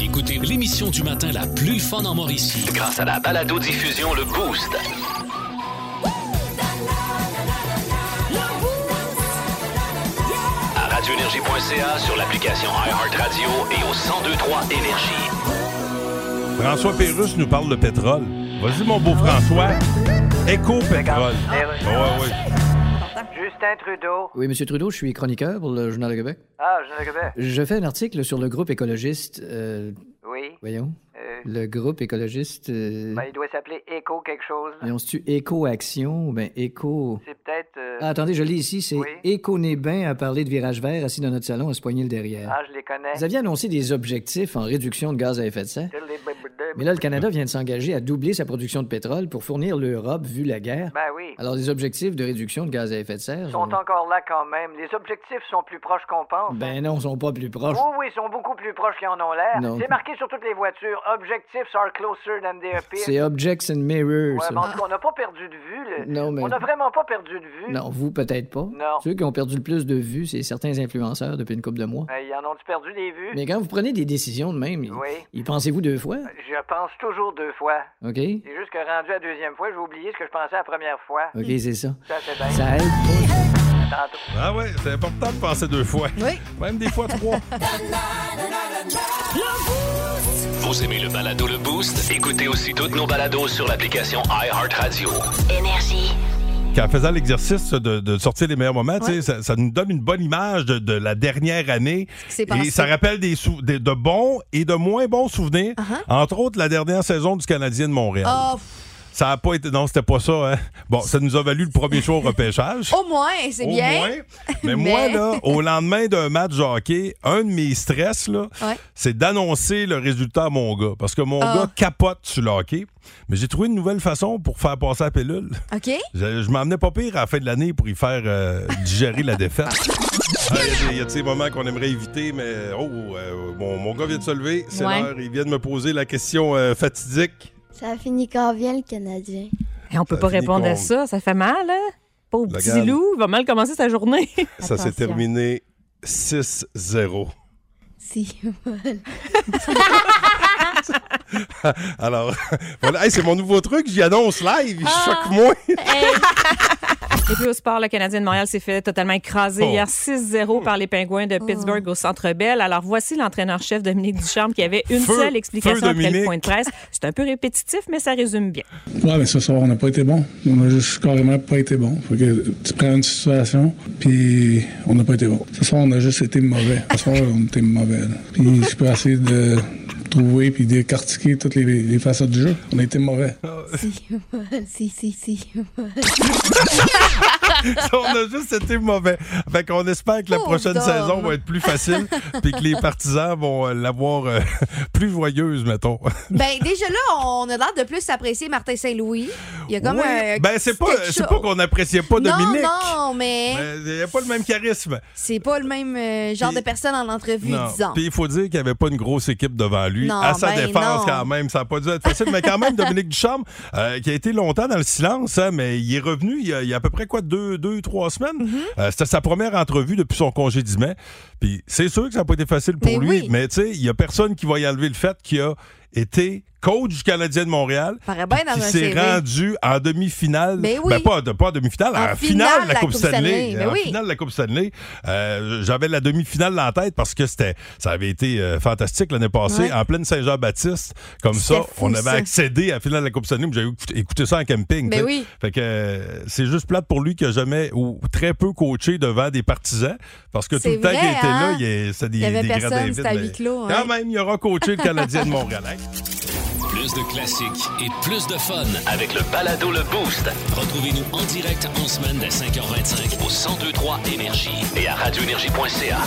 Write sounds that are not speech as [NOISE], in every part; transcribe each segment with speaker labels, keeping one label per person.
Speaker 1: Écoutez l'émission du matin la plus fun en Mauricie.
Speaker 2: Grâce à la balado diffusion le boost. À radioénergie.ca sur l'application iHeartRadio et au 1023 énergie.
Speaker 3: François Pérus nous parle de pétrole. Vas-y, mon beau François. Éco-pétrole. Ah, Ouais, ouais.
Speaker 4: Justin Trudeau.
Speaker 5: Oui, Monsieur Trudeau, je suis chroniqueur pour le Journal de Québec.
Speaker 4: Ah, je Québec.
Speaker 5: Je fais un article sur le groupe écologiste. euh,
Speaker 4: Oui.
Speaker 5: voyons.
Speaker 4: euh,
Speaker 5: Le groupe écologiste. euh,
Speaker 4: ben, il doit s'appeler Echo quelque chose. là.
Speaker 5: voyons, c'est-tu Éco-Action ou bien Éco.
Speaker 4: C'est peut-être. euh,
Speaker 5: Ah, attendez, je lis ici, c'est
Speaker 4: Oui.
Speaker 5: Éco-Nébin à parler de virage vert assis dans notre salon à se poigner le derrière.
Speaker 4: ah, je les connais.
Speaker 5: Vous aviez annoncé des objectifs en réduction de gaz à effet de serre. Mais là, le Canada vient de s'engager à doubler sa production de pétrole pour fournir l'Europe vu la guerre.
Speaker 4: Ben oui.
Speaker 5: Alors, les objectifs de réduction de gaz à effet de serre.
Speaker 4: Ils sont
Speaker 5: euh,
Speaker 4: encore là quand même. Les objectifs sont plus proches qu'on pense.
Speaker 5: Ben non, sont pas plus proches.
Speaker 4: Oui, oui, ils sont beaucoup plus proches qu'ils en ont l'air.
Speaker 5: Non.
Speaker 4: C'est marqué sur toutes les voitures. Objectifs are closer than they appear.
Speaker 5: C'est Objects and
Speaker 4: Ouais,
Speaker 5: Mirrors.
Speaker 4: ben,
Speaker 5: ça.
Speaker 4: mais en tout cas, on n'a pas perdu de vue. là.
Speaker 5: Non, mais-
Speaker 4: On n'a vraiment pas perdu de vue.
Speaker 5: Non, vous, peut-être pas.
Speaker 4: Non.
Speaker 5: Ceux qui ont perdu le plus de vues, c'est certains influenceurs depuis une couple de mois.
Speaker 4: Ben, Ils en ont perdu des vues.
Speaker 5: Mais quand vous prenez des décisions de même, y,
Speaker 4: Oui.
Speaker 5: y pensez-vous deux fois?
Speaker 4: Je pense toujours deux fois.
Speaker 5: OK?
Speaker 4: C'est juste que rendu à la deuxième fois, j'ai oublié ce que je pensais la première fois.
Speaker 5: OK, c'est ça.
Speaker 4: Ça, c'est bien.
Speaker 5: Ça aide.
Speaker 4: Tantôt.
Speaker 3: Ah ouais, c'est important de penser deux fois.
Speaker 6: Oui.
Speaker 3: Même des fois
Speaker 6: [LAUGHS]
Speaker 3: trois.
Speaker 2: Vous aimez le balado le boost Écoutez aussi toutes nos balados sur l'application iHeartRadio.
Speaker 7: Énergie.
Speaker 3: Quand faisant l'exercice de, de sortir les meilleurs moments, tu sais, ça, ça nous donne une bonne image de, de la dernière année.
Speaker 6: qui s'est
Speaker 3: Et
Speaker 6: passé.
Speaker 3: ça rappelle des, sou- des- de bons et de moins bons souvenirs.
Speaker 6: Uh-huh.
Speaker 3: Entre autres, la dernière saison du Canadien de Montréal.
Speaker 6: Ah, pff,
Speaker 3: Ça a pas été. Non, c'était pas ça. hein. Bon, ça nous a valu le premier choix
Speaker 6: [LAUGHS]
Speaker 3: au repêchage.
Speaker 6: au moins, c'est
Speaker 3: Au
Speaker 6: bien.
Speaker 3: moins.
Speaker 6: Mais-
Speaker 3: Mais, moi, là, au lendemain d'un match de hockey, un de mes stress, là,
Speaker 6: Ouais.
Speaker 3: c'est d'annoncer le résultat à mon gars. Parce que mon
Speaker 6: Ah.
Speaker 3: gars capote sur le hockey. Mais j'ai trouvé une nouvelle façon pour faire passer la pilule.
Speaker 6: OK?
Speaker 3: Je, je m'emmenais pas pire à la fin de l'année pour y faire euh, digérer
Speaker 6: [LAUGHS]
Speaker 3: la défaite. Ah, Il y a des- il y a de ces moments qu'on aimerait éviter, mais oh, euh, mon, mon gars vient de se lever, c'est
Speaker 6: Ouais.
Speaker 3: l'heure, il vient de me poser la question euh, fatidique.
Speaker 8: Ça finit quand bien le Canadien?
Speaker 9: Et on peut
Speaker 3: Ça
Speaker 9: pas
Speaker 3: finit
Speaker 9: répondre à
Speaker 3: qu'on-
Speaker 9: ça, ça fait mal, hein? Pauvre
Speaker 3: La
Speaker 9: petit
Speaker 3: gamme.
Speaker 9: loup, il va mal commencer sa journée. [LAUGHS]
Speaker 3: Ça s'est
Speaker 6: Attention.
Speaker 3: terminé 6-0.
Speaker 8: Si.
Speaker 3: [LAUGHS] Alors, [LAUGHS] voilà, Hey, c'est mon nouveau truc, j'y annonce live, il
Speaker 6: Ah.
Speaker 3: choque moins. [LAUGHS]
Speaker 9: Et puis au sport, le Canadien de Montréal s'est fait totalement écraser
Speaker 3: Oh.
Speaker 9: hier 6-0 par les Pingouins
Speaker 8: Oh.
Speaker 9: de Pittsburgh au Centre Bell. Alors voici l'entraîneur-chef Dominique Ducharme qui avait une
Speaker 3: Feu-
Speaker 9: seule explication
Speaker 3: feu,
Speaker 9: après
Speaker 3: Dominique.
Speaker 9: le point de presse. C'est un peu répétitif, mais ça résume bien.
Speaker 10: Ouais, mais ce soir, on n'a pas été bon. On a juste carrément pas été bon. Fait que tu prends une situation, puis on n'a pas été bon. Ce soir, on a juste été mauvais. Ce soir, on était mauvais. là. Puis je peux essayer de trouver puis décortiquer toutes les, les facettes du jeu. On a été mauvais.
Speaker 7: [LAUGHS]
Speaker 8: si, si, si.
Speaker 3: on a juste été mauvais. Fait qu'on espère que la
Speaker 6: Pauvre
Speaker 3: prochaine
Speaker 6: Dom.
Speaker 3: saison va être plus facile, puis que les partisans vont euh, l'avoir euh, [LAUGHS] plus joyeuse, mettons.
Speaker 6: Ben, déjà là, on a l'air de plus apprécier Martin Saint-Louis. Il y a comme
Speaker 3: Oui.
Speaker 6: un.
Speaker 3: ben, c'est pas,
Speaker 6: quelque
Speaker 3: c'est
Speaker 6: chose.
Speaker 3: pas qu'on n'appréciait pas Dominique.
Speaker 6: Non, non, mais
Speaker 3: Mais Il n'y a pas le même charisme.
Speaker 6: c'est pas le même euh, genre
Speaker 3: Puis-
Speaker 6: de personne en entrevue,
Speaker 3: Non.
Speaker 6: disons.
Speaker 3: Puis il faut dire qu'il n'y avait pas une grosse équipe devant lui.
Speaker 6: Non,
Speaker 3: à sa
Speaker 6: ben non.
Speaker 3: défense, quand même, ça n'a pas dû être facile. mais quand
Speaker 6: [LAUGHS]
Speaker 3: même, Dominique Ducharme, euh, qui a été longtemps dans le silence, hein, mais il est revenu il y a, il y a à peu près quoi, deux, deux trois semaines.
Speaker 6: Mm-hmm.
Speaker 3: Euh, C'était sa première entrevue depuis son congédiement. Puis c'est sûr que ça n'a pas été facile pour
Speaker 6: Mais
Speaker 3: lui,
Speaker 6: Ben oui.
Speaker 3: mais tu sais, il n'y a personne qui va y enlever le fait qu'il a été coach du Canadien de Montréal.
Speaker 6: Paraît bien
Speaker 3: qui
Speaker 6: dans un
Speaker 3: s'est
Speaker 6: CV.
Speaker 3: rendu en demi-finale.
Speaker 6: Ben oui.
Speaker 3: pas, de- pas en demi-finale,
Speaker 6: En
Speaker 3: en, finale de la Coupe Stanley.
Speaker 6: Ben
Speaker 3: En
Speaker 6: oui.
Speaker 3: finale de la Coupe Stanley. Euh, J'avais la demi-finale en tête parce que c'était, ça avait été euh, fantastique l'année passée.
Speaker 6: Ouais.
Speaker 3: En pleine Saint-Jean-Baptiste, comme ça,
Speaker 6: C'était fou,
Speaker 3: on avait
Speaker 6: ça.
Speaker 3: accédé à la finale de la Coupe Stanley. mais J'avais écouté- écouté ça en camping.
Speaker 6: Ben
Speaker 3: tu sais.
Speaker 6: oui.
Speaker 3: Fait que euh, c'est juste plate pour lui que jamais ou très peu coaché devant des partisans parce que tout
Speaker 6: C'est
Speaker 3: le temps qu'il
Speaker 6: vrai,
Speaker 3: était là,
Speaker 6: hein?
Speaker 3: il y a- c'était des,
Speaker 6: Il y avait
Speaker 3: des gradins
Speaker 6: personne,
Speaker 3: vides,
Speaker 6: c'était à
Speaker 3: mais
Speaker 6: huis clos, hein?
Speaker 3: Quand
Speaker 6: ouais.
Speaker 3: même, il aura coaché le Canadien de Montréal. hein. Hey,
Speaker 1: Plus de classiques et plus de fun.
Speaker 2: Avec le balado le boost
Speaker 1: Retrouvez-nous en direct en semaine dès 5h25
Speaker 2: au 1023 énergie et à radioénergie.ca.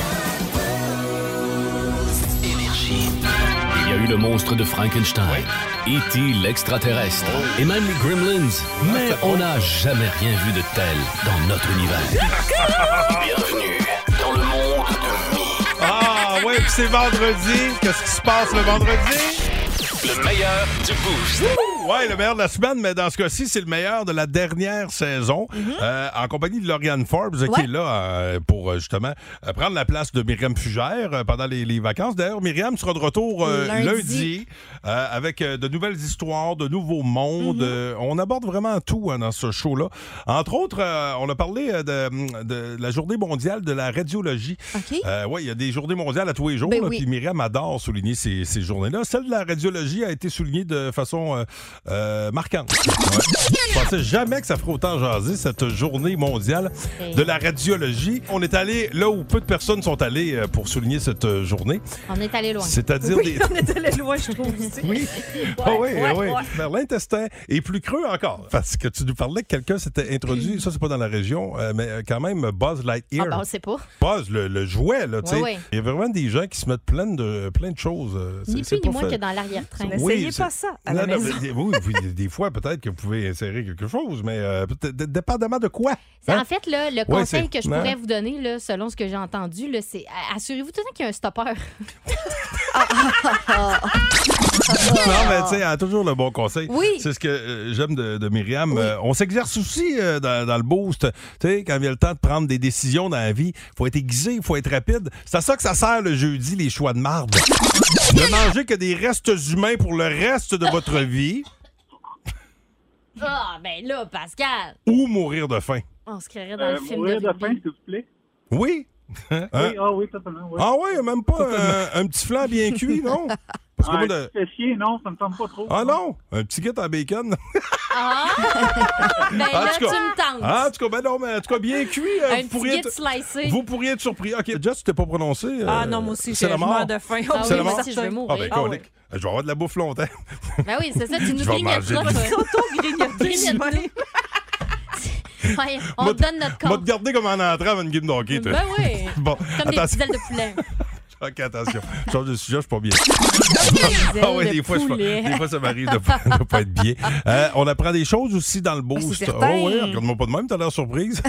Speaker 1: Il y a eu le monstre de Frankenstein, E.T. l'extraterrestre
Speaker 2: Oh.
Speaker 1: et même les Gremlins. Mais on n'a jamais rien vu de tel dans notre univers.
Speaker 2: Bienvenue dans le monde de Mi.
Speaker 3: Ah ouais, puis c'est vendredi. Qu'est-ce qui se passe le vendredi?
Speaker 2: Le meilleur du boost.
Speaker 3: ouais, le meilleur de la semaine, mais dans ce cas-ci, c'est le meilleur de la dernière saison. Euh, en compagnie de Lauriane Forbes, qui
Speaker 6: Ouais.
Speaker 3: est là euh, pour euh, justement euh, prendre la place de Myriam Fugère euh, pendant les, les vacances. D'ailleurs, Myriam sera de retour euh, lundi,
Speaker 6: Lundi.
Speaker 3: euh, avec euh, de nouvelles histoires, de nouveaux mondes. Euh, on aborde vraiment tout hein, dans ce show-là. Entre autres, euh, on a parlé euh, de, de la journée mondiale de la radiologie.
Speaker 6: OK.
Speaker 3: Euh, oui, il y a des journées mondiales à tous les jours.
Speaker 6: Ben
Speaker 3: là,
Speaker 6: oui.
Speaker 3: Puis Myriam adore souligner ces, ces journées-là. Celle de la radiologie a été soulignée de façon euh, euh, marquante. Ouais. Je pensais jamais que ça ferait autant jaser, cette journée mondiale de la radiologie. On est allé là où peu de personnes sont allées euh, pour souligner cette euh, journée.
Speaker 7: On est allé loin.
Speaker 3: C'est-à-dire des.
Speaker 9: Oui, on est allé loin, je trouve. tu sais.
Speaker 3: Oui. Ah oui, ah oui. Mais l'intestin est plus creux encore. Parce que tu nous parlais que quelqu'un s'était introduit, ça c'est pas dans la région, euh, mais euh, quand même Buzz
Speaker 7: Ah,
Speaker 3: Lightyear.
Speaker 7: ben, on sait pas.
Speaker 3: Buzz, le, le jouet, là, tu sais.
Speaker 7: Oui, oui.
Speaker 3: Il y a vraiment des gens qui se mettent plein de, plein de choses. euh, c'est-
Speaker 7: Ni
Speaker 3: c'est
Speaker 7: plus ni
Speaker 3: pas
Speaker 7: moins
Speaker 3: fait.
Speaker 7: que dans l'arrière-train.
Speaker 3: Oui,
Speaker 9: N'essayez
Speaker 3: c'est-
Speaker 9: pas ça à
Speaker 3: Non,
Speaker 9: la
Speaker 3: non,
Speaker 9: maison.
Speaker 3: mais- oui, oui, des fois, peut-être que vous pouvez insérer quelque chose, mais euh, peut-être- d- dépendamment de quoi.
Speaker 7: C'est-
Speaker 3: Hein?
Speaker 7: En fait, là, le
Speaker 3: Ouais,
Speaker 7: conseil
Speaker 3: c'est-
Speaker 7: que je
Speaker 3: non.
Speaker 7: pourrais vous donner, là, selon ce que j'ai entendu, là, c'est a- assurez-vous tout le temps qu'il y a un stopper.
Speaker 3: Non, mais tu sais, elle a toujours le bon conseil.
Speaker 6: Oui.
Speaker 3: C'est ce que euh, j'aime de, de Myriam. Euh, on s'exerce aussi euh, dans, dans le boost. Tu sais, quand vient le temps de prendre des décisions dans la vie, faut être aiguisé, il faut être rapide. C'est à ça que ça sert le jeudi, les choix de marde. ne mangez que des restes humains pour le reste de votre vie
Speaker 7: Ah, ben là, Pascal,
Speaker 3: ou mourir de faim.
Speaker 7: on se créerait dans le film de, Bibi.
Speaker 10: s'il vous plaît.
Speaker 3: Oui. Hein?
Speaker 10: ah oui, totalement.
Speaker 3: Ah ouais, même pas euh, un, un petit flan
Speaker 10: [LAUGHS]
Speaker 3: bien cuit, non?
Speaker 10: Ah,
Speaker 3: Parce que moi, le-
Speaker 10: non, ça me tombe pas trop.
Speaker 3: Ah non, un petit kit à
Speaker 10: [LAUGHS]
Speaker 3: bacon.
Speaker 7: Ah! [LAUGHS]
Speaker 3: En
Speaker 7: ben là,
Speaker 3: tout
Speaker 7: tu
Speaker 3: cas-
Speaker 7: me tentes.
Speaker 3: Ah, en tout cas, ben non, mais en tout cas, bien cuit. euh, vous,
Speaker 7: un petit
Speaker 3: pourriez
Speaker 7: guide
Speaker 3: être,
Speaker 7: slicé.
Speaker 3: vous pourriez être surpris. OK, Jess, tu t'es pas prononcé. euh,
Speaker 9: Ah non, moi aussi,
Speaker 3: c'est
Speaker 9: j'ai- je
Speaker 3: la mort.
Speaker 9: meurs de faim.
Speaker 7: Ah
Speaker 3: C'est
Speaker 7: oui,
Speaker 3: la
Speaker 7: moi
Speaker 3: mort.
Speaker 7: aussi, je veux
Speaker 3: Ah
Speaker 7: mourir.
Speaker 3: ben,
Speaker 9: Ah
Speaker 3: colique. Je vais avoir de la bouffe longtemps.
Speaker 7: Ben oui, c'est ça, tu
Speaker 3: Je
Speaker 7: nous
Speaker 3: vais
Speaker 7: grignotes
Speaker 3: manger du-
Speaker 9: Grignoter.
Speaker 7: [LAUGHS] Ouais, on
Speaker 3: Moi,
Speaker 7: te donne notre
Speaker 3: [LAUGHS] On va te
Speaker 7: corps.
Speaker 3: garder comme en entrant avant une game d'hockey. toi.
Speaker 7: Ben oui,
Speaker 3: Bon,
Speaker 7: comme des
Speaker 3: attention.
Speaker 7: petites ailes de poulet.
Speaker 3: OK, attention. Je change de sujet, je suis pas bien. Ah
Speaker 7: [LAUGHS] ailes
Speaker 3: ouais,
Speaker 7: de
Speaker 3: des fois, je suis pas-
Speaker 7: poulet.
Speaker 3: des fois, ça m'arrive de, pas- de pas être
Speaker 7: [LAUGHS]
Speaker 3: bien. Euh, on apprend des choses aussi dans le
Speaker 7: Ah,
Speaker 3: boost.
Speaker 6: c'est certain.
Speaker 3: Oh ouais, regarde-moi pas de même, t'as l'air surprise.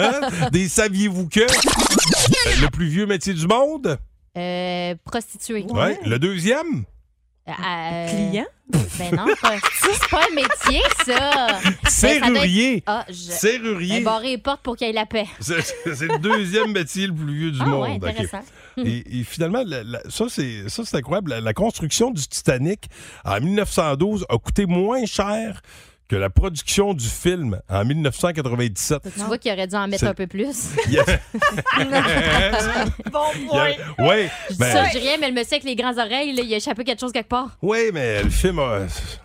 Speaker 3: [LAUGHS] des saviez-vous que? Euh, Le plus vieux métier du monde?
Speaker 7: Euh, prostituée.
Speaker 3: Ouais. Le
Speaker 7: [LAUGHS]
Speaker 3: deuxième?
Speaker 7: Euh,
Speaker 9: Client?
Speaker 7: Ben non, pas- c'est pas un métier, ça.
Speaker 3: Serrurier.
Speaker 7: Ah, je... Ben,
Speaker 3: Serrurier.
Speaker 7: barrer les portes pour qu'il y ait la paix.
Speaker 3: [LAUGHS] C'est c'est le deuxième métier le plus vieux du
Speaker 7: Ah
Speaker 3: monde.
Speaker 7: ouais,
Speaker 3: OK.
Speaker 7: intéressant.
Speaker 3: Et, et finalement, la- la- ça, c'est, ça, c'est incroyable. La, la construction du Titanic en 1912 a coûté moins cher que la production du film en 1997.
Speaker 7: Tu vois qu'il aurait dû en mettre
Speaker 3: C'est-
Speaker 7: un peu plus.
Speaker 3: Il
Speaker 7: [LAUGHS]
Speaker 3: y avait-
Speaker 9: Bon
Speaker 3: il y
Speaker 9: point.
Speaker 3: avait- ouais, ben,
Speaker 7: Ça, je dirais, mais le monsieur avec les grandes oreilles, là, il a échappé quelque chose quelque part.
Speaker 3: ouais, mais le film a...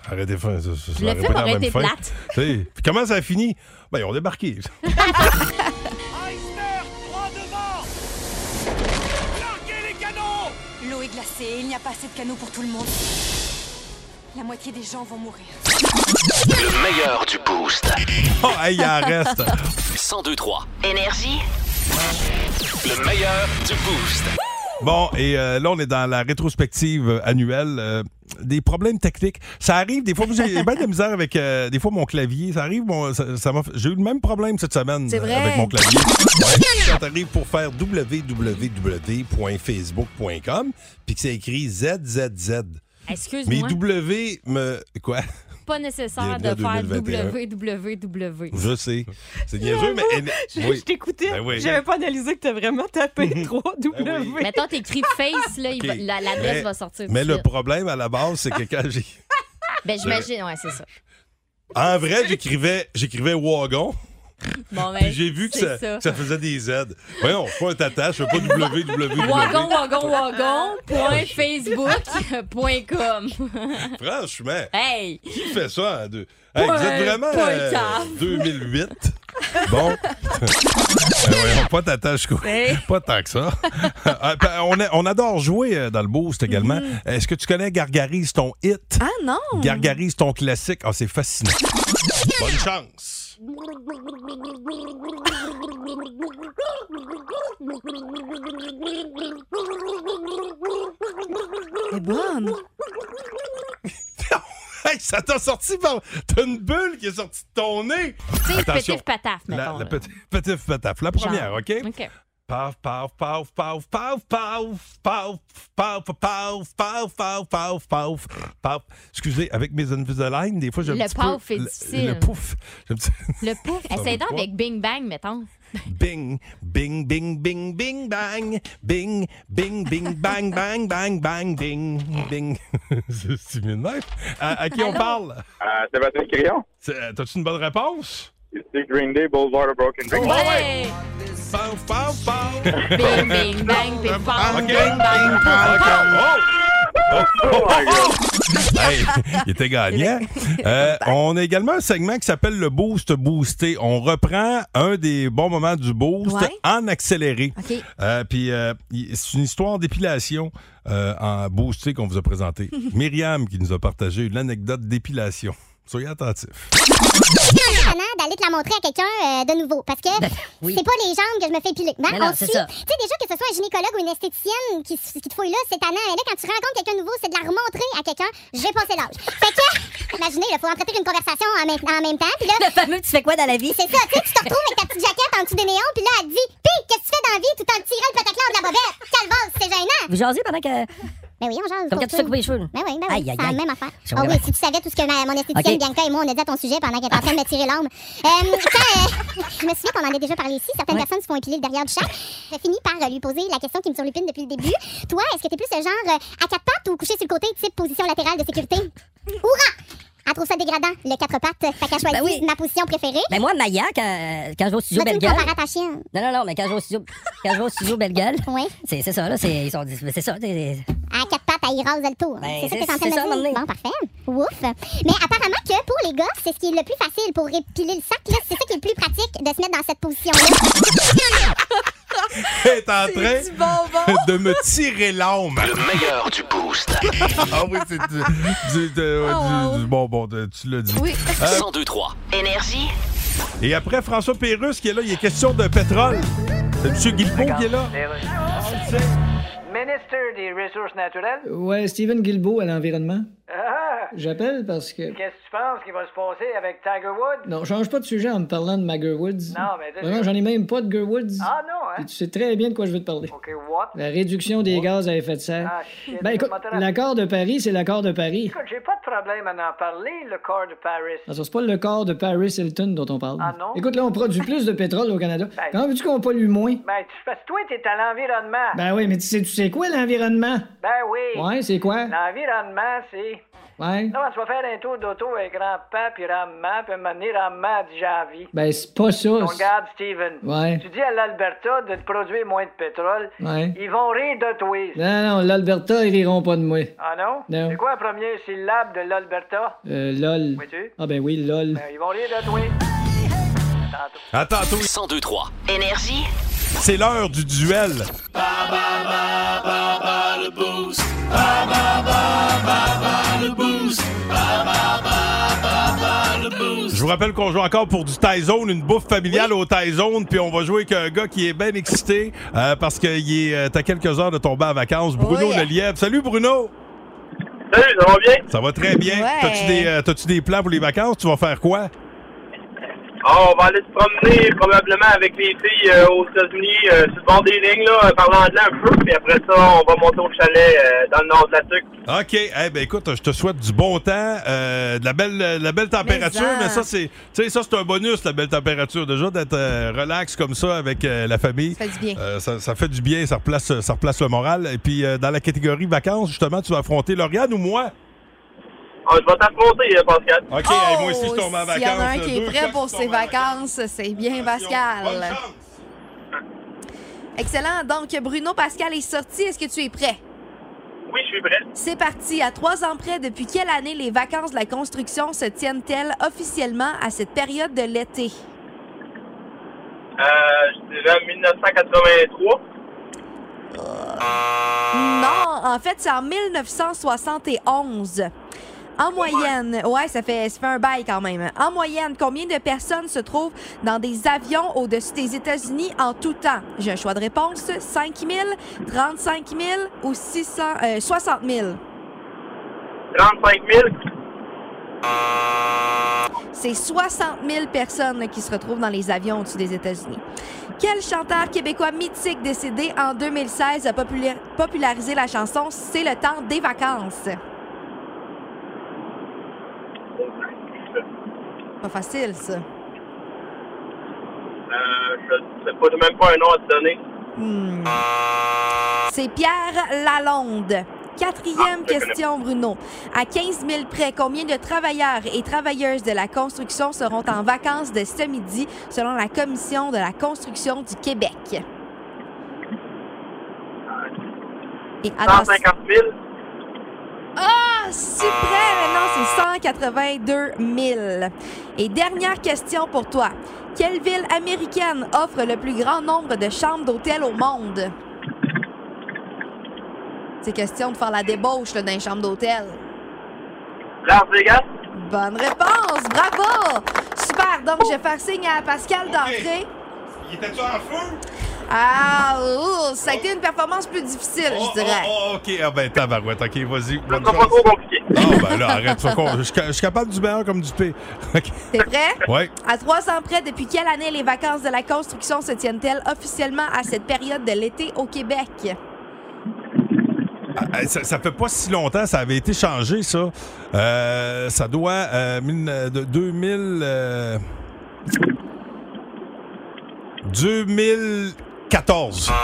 Speaker 3: Arrêtez, fin, ça, ça, ça
Speaker 7: Le
Speaker 3: aurait
Speaker 7: film
Speaker 3: pas
Speaker 7: aurait
Speaker 3: la même
Speaker 7: été
Speaker 3: fin.
Speaker 7: plate.
Speaker 3: Tu sais, puis comment ça a fini? Ben, ils ont débarqué. [LAUGHS]
Speaker 6: L'eau est glacée, il n'y a pas assez de canaux pour tout le monde. La moitié des gens vont mourir.
Speaker 2: Le meilleur du boost.
Speaker 3: Oh, hey, il en reste.
Speaker 2: 1023 Énergie. Le meilleur du boost.
Speaker 3: Bon, et euh, là, on est dans la rétrospective euh, annuelle. euh, des problèmes techniques. Ça arrive, des fois, moi, j'ai bien de la misère avec, euh, des fois, mon clavier. Ça arrive, mon- ça, ça m'a fait- j'ai eu le même problème cette semaine
Speaker 6: C'est
Speaker 3: euh,
Speaker 6: vrai.
Speaker 3: avec mon clavier. Ouais, quand t'arrives pour faire www.facebook.com, puis que c'est écrit ZZZ. Mais
Speaker 7: Excuse-moi,
Speaker 3: W me... Quoi? [LAUGHS]
Speaker 7: pas nécessaire de
Speaker 3: Bienvenue
Speaker 7: faire
Speaker 3: en 2021.
Speaker 7: www.
Speaker 3: Je sais. C'est niaiseux, mais...
Speaker 9: [LAUGHS] Je,
Speaker 3: Oui.
Speaker 9: je t'écoutais.
Speaker 3: Ben oui. Mhm. Ben
Speaker 9: J'avais pas analysé que t'as vraiment tapé 3 W. [LAUGHS]
Speaker 7: Mettons, t'écris face, là, il va-
Speaker 3: OK.
Speaker 7: la- l'adresse
Speaker 3: Mais-
Speaker 7: va sortir. tout
Speaker 3: Mais
Speaker 7: de
Speaker 3: le
Speaker 7: suite.
Speaker 3: problème, à la base, c'est que quand j'ai...
Speaker 7: Ben, j'imagine, ouais, c'est ça.
Speaker 3: En vrai, j'écrivais, j'écrivais Wagon.
Speaker 7: Bon, ben,
Speaker 3: Puis j'ai vu que
Speaker 7: c'est
Speaker 3: ça, que ça faisait des Z. Voyons, je suis pas un tata, je fais pas www.
Speaker 7: Wagon, wagon, wagon, point Facebook, [LAUGHS] point com.
Speaker 3: Franchement,
Speaker 7: Hey!
Speaker 3: qui fait ça en deux? Hey, vous
Speaker 7: Point-
Speaker 3: êtes vraiment
Speaker 7: point
Speaker 3: euh,
Speaker 7: cave.
Speaker 3: 2008. Bon. [LAUGHS] Euh, voyons, pas tata jusqu'au...
Speaker 9: Hey.
Speaker 3: Pas tant que ça. [LAUGHS] Euh, ben, on, a- on adore jouer euh, dans le boost également.
Speaker 7: Mm-hmm.
Speaker 3: Est-ce que tu connais Gargarise, ton hit?
Speaker 6: Ah non!
Speaker 3: Gargarise, ton classique? Ah, c'est fascinant. Bonne chance.
Speaker 6: Elle est bonne!
Speaker 3: [LAUGHS] Hey, ça t'a sorti par... T'as une bulle qui est sortie de ton nez.
Speaker 7: Tu sais,
Speaker 3: Attention.
Speaker 7: pétif pataf,
Speaker 3: La,
Speaker 7: mettons.
Speaker 3: la
Speaker 7: là.
Speaker 3: petite, petite pataf. La première,
Speaker 7: Genre.
Speaker 3: OK?
Speaker 7: OK.
Speaker 3: Paf, paf, paf, paf, paf, paf, paf, paf, paf, paf, paf, paf, paf, paf. Excusez, avec mes Invisalign, des fois, j'ai un
Speaker 7: Le
Speaker 3: petit
Speaker 7: paf
Speaker 3: peu-
Speaker 7: est
Speaker 3: le-
Speaker 7: difficile.
Speaker 3: Le pouf. J'ai un petit-
Speaker 7: Le pouf. Essaye donc
Speaker 3: pas.
Speaker 7: avec Bing Bang, mettons.
Speaker 3: Bing, bing, bing, bing, bing, bang. Bing, bing, bing, bang, bang, bang, bang, bing, bing. [LAUGHS] C'est c'est mieux de même. À, à qui on
Speaker 7: Allô?
Speaker 3: parle?
Speaker 11: Euh, Sébastien Crillon,
Speaker 3: C'est- euh, T'as-tu une bonne réponse?
Speaker 11: c'est Green Day, Boulevard of Broken Dreams.
Speaker 7: Ouais!
Speaker 3: Paf, paf, paf.
Speaker 7: Bing, bing, bang, bing, bang,
Speaker 3: Ben, Ok.
Speaker 7: Ah, bing, bang, pouf,
Speaker 3: Ok.
Speaker 7: pouf.
Speaker 3: Oh! Oh, oh, oh. Hey, il était gagnant. Euh, on a également un segment qui s'appelle le Boost Boosté. On reprend un des bons moments du Boost
Speaker 12: Ouais.
Speaker 3: en accéléré.
Speaker 12: OK.
Speaker 3: Euh, Puis euh, y- c'est une histoire d'épilation euh, en Boosté qu'on vous a présenté. Myriam qui nous a partagé une anecdote d'épilation. Soyez attentifs.
Speaker 13: vraiment d'aller te la montrer à quelqu'un euh, de nouveau. Parce que c'est pas les jambes que je me fais piler. Ben,
Speaker 14: Mais non,
Speaker 13: on
Speaker 14: c'est
Speaker 13: suit.
Speaker 14: ça.
Speaker 13: Tu sais, déjà que ce soit un gynécologue ou une esthéticienne qui, s- qui te fouille là, c'est tannant. Et là, quand tu rencontres quelqu'un de nouveau, c'est de la remontrer à quelqu'un. J'ai passé l'âge. Fait que, [LAUGHS] imaginez, il faut entretenir une conversation en même, en même temps. Puis là, le fameux tu fais quoi dans la vie? C'est ça, tu sais, tu te retrouves avec ta petite jaquette en dessous des néons, puis là, elle te dit, Pis, qu'est-ce que tu fais dans la vie tout en tirant le pataclan de la bobette? Calvose, c'est gênant.
Speaker 14: Vous jasez pendant que.
Speaker 13: Ben oui, on jase.
Speaker 14: Comme quand tu te fais couper les cheveux.
Speaker 13: Ben oui, ben oui.
Speaker 14: Aïe, aïe,
Speaker 13: c'est
Speaker 14: aïe.
Speaker 13: la même affaire.
Speaker 14: Je
Speaker 13: Ah
Speaker 14: comprends.
Speaker 13: oui, si tu savais tout ce que ma- mon esthéticienne
Speaker 14: Ok.
Speaker 13: Bianca et moi, on a dit à ton sujet pendant qu'elle était en train de me tirer l'arme. Euh, quand, euh, je me souviens qu'on en a déjà parlé ici. Certaines personnes se font épiler le derrière du chat. J'ai fini par euh, lui poser la question qui me surlupine depuis le début. Toi, est-ce que t'es plus le genre euh, à quatre pattes ou couché sur le côté, type position latérale de sécurité? Hourra! Elle trouve ça dégradant, le quatre pattes. Fait qu'elle
Speaker 7: Ben
Speaker 13: choisit ma position préférée.
Speaker 14: Ben moi, Maya, quand, quand je vais au studio
Speaker 13: Mais tu
Speaker 14: Belle
Speaker 13: me
Speaker 14: Gueule.
Speaker 13: compares à ta chienne.
Speaker 14: Non, non, non, mais quand je vais au studio, quand je vais au studio Belle Gueule. C'est c'est ça, là. C'est ils sont- c'est ça. c'est-
Speaker 13: À quatre pattes, elle y rase le tour.
Speaker 14: Ben,
Speaker 13: c'est ça que t'es en
Speaker 14: c'est-
Speaker 13: train de
Speaker 14: c'est ça,
Speaker 13: me dire?
Speaker 14: m'amener.
Speaker 13: Bon, parfait. Ouf. Mais apparemment que pour les gars, c'est ce qui est le plus facile pour épiler le sac. là. C'est ça qui est le plus pratique de se mettre dans cette position-là.
Speaker 3: Elle est en [LAUGHS] train de me tirer l'âme.
Speaker 2: Le meilleur du boost.
Speaker 3: Ah oui, c'est du, du- de-
Speaker 2: Oh,
Speaker 3: du-
Speaker 2: wow.
Speaker 3: du- bon, bon, de- tu l'as dit.
Speaker 2: Oui.
Speaker 3: Euh,
Speaker 2: 102-3. Énergie.
Speaker 3: et après, François Pérus qui est là, il est question de pétrole. C'est M. Guilbeault qui est là.
Speaker 4: Ministre des Ressources naturelles.
Speaker 5: Ouais, Steven Guilbeault à l'environnement.
Speaker 4: Ah!
Speaker 5: J'appelle parce que.
Speaker 4: Qu'est-ce que tu penses qui va se passer avec Tiger Woods?
Speaker 5: Non, change pas de sujet en me parlant de ma Gerwoods.
Speaker 4: Non, mais t'as-
Speaker 5: Non, non, j'en ai même pas de Gerwoods.
Speaker 4: Ah non, hein?
Speaker 5: Puis tu sais très bien de quoi je veux te parler.
Speaker 4: OK, what?
Speaker 5: La réduction des gaz à effet de serre.
Speaker 4: Oh. Ah, shit,
Speaker 5: ben écoute,
Speaker 4: je m'entends.
Speaker 5: l'accord de Paris, c'est l'accord de Paris.
Speaker 4: Écoute, j'ai pas de problème à en parler, le corps de Paris.
Speaker 5: Attention, c'est pas le corps de Paris Hilton dont on parle.
Speaker 4: Ah non?
Speaker 5: Écoute, là,
Speaker 4: [LAUGHS]
Speaker 5: on produit plus de pétrole au Canada.
Speaker 4: Ben-
Speaker 5: Comment veux-tu qu'on pollue moins?
Speaker 4: Ben, tu parce que toi, t'es à l'environnement.
Speaker 5: Ben oui, mais tu sais, tu sais quoi l'environnement?
Speaker 4: Ben oui.
Speaker 5: Ouais, c'est quoi?
Speaker 4: L'environnement, c'est.
Speaker 5: Ouais.
Speaker 4: Non, tu vas faire un tour d'auto avec grand-papa, puis Ramman, puis un moment donné, Ramman dit j'ai envie.
Speaker 5: Ben c'est pas ça.
Speaker 4: On
Speaker 5: c'est-
Speaker 4: regarde, Steven.
Speaker 5: Ouais.
Speaker 4: Tu dis à l'Alberta de te produire moins de pétrole.
Speaker 5: Ouais.
Speaker 4: Ils vont rire de toi.
Speaker 5: Non, non, l'Alberta, ils riront pas de moi.
Speaker 4: Ah non?
Speaker 5: Non.
Speaker 4: C'est quoi la première syllabe de l'Alberta?
Speaker 5: Euh, lol.
Speaker 4: Vois-tu?
Speaker 5: Ah ben oui, lol.
Speaker 4: Ben, ils vont rire de toi.
Speaker 3: Attends, toi.
Speaker 2: 102-3.
Speaker 6: Énergie.
Speaker 3: c'est l'heure du duel.
Speaker 2: le boost. Ba, ba, ba, ba, ba, le boost. Ba, ba, ba, ba, ba, le boost.
Speaker 3: Je vous rappelle qu'on joue encore pour du Thai Zone, une bouffe familiale au Thai Zone, puis on va jouer avec un gars qui est bien excité euh, parce qu'il est euh, à quelques heures de tomber en vacances, Bruno Lelièvre. Salut Bruno!
Speaker 11: Salut, ça va bien?
Speaker 3: Ça va très bien.
Speaker 11: Ouais.
Speaker 3: T'as-tu des, euh, t'as-tu des plans pour les vacances? Tu vas faire quoi?
Speaker 11: Ah, on va aller se promener probablement avec les filles euh, aux États-Unis euh, sur le bord des lignes, là, euh, parlant anglais un peu, puis après ça, on va monter au chalet euh, dans le nord de la Tuque.
Speaker 3: OK. Eh ben écoute, je te souhaite du bon temps, euh, de, la belle, de la belle température,
Speaker 11: Mais
Speaker 3: mais,
Speaker 11: en-
Speaker 3: ça, c'est tu sais, ça c'est un bonus, la belle température. Déjà, d'être euh, relax comme ça avec euh, la famille.
Speaker 15: Ça fait du bien.
Speaker 3: Euh, ça, ça fait du bien, ça replace, euh, ça replace le moral. Et puis, euh, dans la catégorie vacances, justement, tu vas affronter Lauriane ou moi?
Speaker 11: Ah, je vais t'affronter, euh, Pascal.
Speaker 3: OK,
Speaker 15: Oh,
Speaker 3: hey, moi aussi, je tombe en vacances.
Speaker 15: S'il y en a un qui
Speaker 3: Deux
Speaker 15: est prêt
Speaker 3: fois,
Speaker 15: pour ses vacances, c'est bien Pascal. Excellent. Donc, Bruno, Pascal est sorti. Est-ce que tu es prêt?
Speaker 11: Oui, je suis prêt.
Speaker 15: C'est parti. À trois ans près, depuis quelle année les vacances de la construction se tiennent-elles officiellement à cette période de l'été?
Speaker 11: Euh, je dirais 1983.
Speaker 15: Non, en fait, c'est en 1971. En moyenne, ouais, ça fait, ça fait un bail quand même. En moyenne, combien de personnes se trouvent dans des avions au-dessus des États-Unis en tout temps? J'ai un choix de réponse. 5 000, 35 000 ou 600, euh, 60 000?
Speaker 11: 35 000.
Speaker 15: c'est 60 000 personnes là, qui se retrouvent dans les avions au-dessus des États-Unis. Quel chanteur québécois mythique décédé en 2016 a popula- popularisé la chanson C'est le temps des vacances? Pas facile, ça.
Speaker 11: Euh, je sais pas, j'ai même pas un nom à te donner.
Speaker 15: Hmm. C'est Pierre Lalonde. Quatrième question, Bruno. À 15 000 près, combien de travailleurs et travailleuses de la construction seront en vacances de ce midi selon la Commission de la construction du Québec? Et attention-
Speaker 11: 150 000.
Speaker 15: ah, super! Mais non, c'est 182 000. Et dernière question pour toi. Quelle ville américaine offre le plus grand nombre de chambres d'hôtel au monde? C'est question de faire la débauche là, dans les chambres d'hôtel.
Speaker 11: Las Vegas.
Speaker 15: Bonne réponse! Bravo! Super! Donc, je vais faire signe à Pascal d'entrée.
Speaker 3: Il était-tu en feu?
Speaker 15: Ah, ouh, ça a été une performance plus difficile, je dirais.
Speaker 3: Ah, OK, ah ben tabarouette, OK, vas-y. bonne chance. Ah ben là, arrête, sois con. je suis ca- je suis capable du meilleur comme du pire. [LAUGHS] OK.
Speaker 15: T'es prêt?
Speaker 3: Ouais.
Speaker 15: À 300 près, depuis quelle année les vacances de la construction se tiennent-elles officiellement à cette période de l'été au Québec?
Speaker 3: Ah, ah, Ça, ça fait pas si longtemps, ça avait été changé, ça. Euh, ça doit... euh, mille- euh, de- 2000... euh, 2014.
Speaker 15: Ah.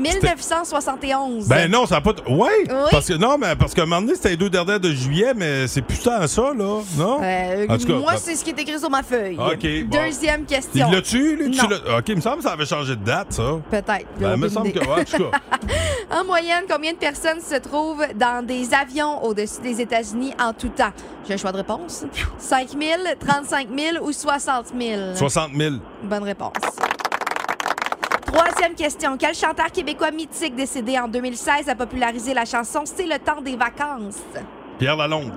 Speaker 15: 1971.
Speaker 3: Ben non, ça n'a pas. t- Ouais!
Speaker 15: Oui.
Speaker 3: Parce que non, mais parce que un moment donné, c'était les deux dernières de juillet, mais c'est putain ça, là. Non?
Speaker 15: Euh,
Speaker 3: En tout cas,
Speaker 15: moi,
Speaker 3: bah-
Speaker 15: c'est ce qui est écrit sur ma feuille.
Speaker 3: OK, bon.
Speaker 15: Deuxième
Speaker 3: Il
Speaker 15: question.
Speaker 3: l'a-tu, lui? Tu
Speaker 15: Non.
Speaker 3: l'as- Ok, il me semble que ça avait changé de date, ça.
Speaker 15: Peut-être.
Speaker 3: Ben, il me
Speaker 15: Aucune
Speaker 3: semble
Speaker 15: idée.
Speaker 3: que. Ouais, en tout
Speaker 15: [LAUGHS]
Speaker 3: cas.
Speaker 15: En moyenne, combien de personnes se trouvent dans des avions au-dessus des États-Unis en tout temps? J'ai un choix de réponse. 5 000, 35 000 ou 60 000?
Speaker 3: 60 000.
Speaker 15: Bonne réponse. Troisième question. Quel chanteur québécois mythique décédé en 2016 a popularisé la chanson C'est le temps des vacances?
Speaker 3: Pierre Lalonde.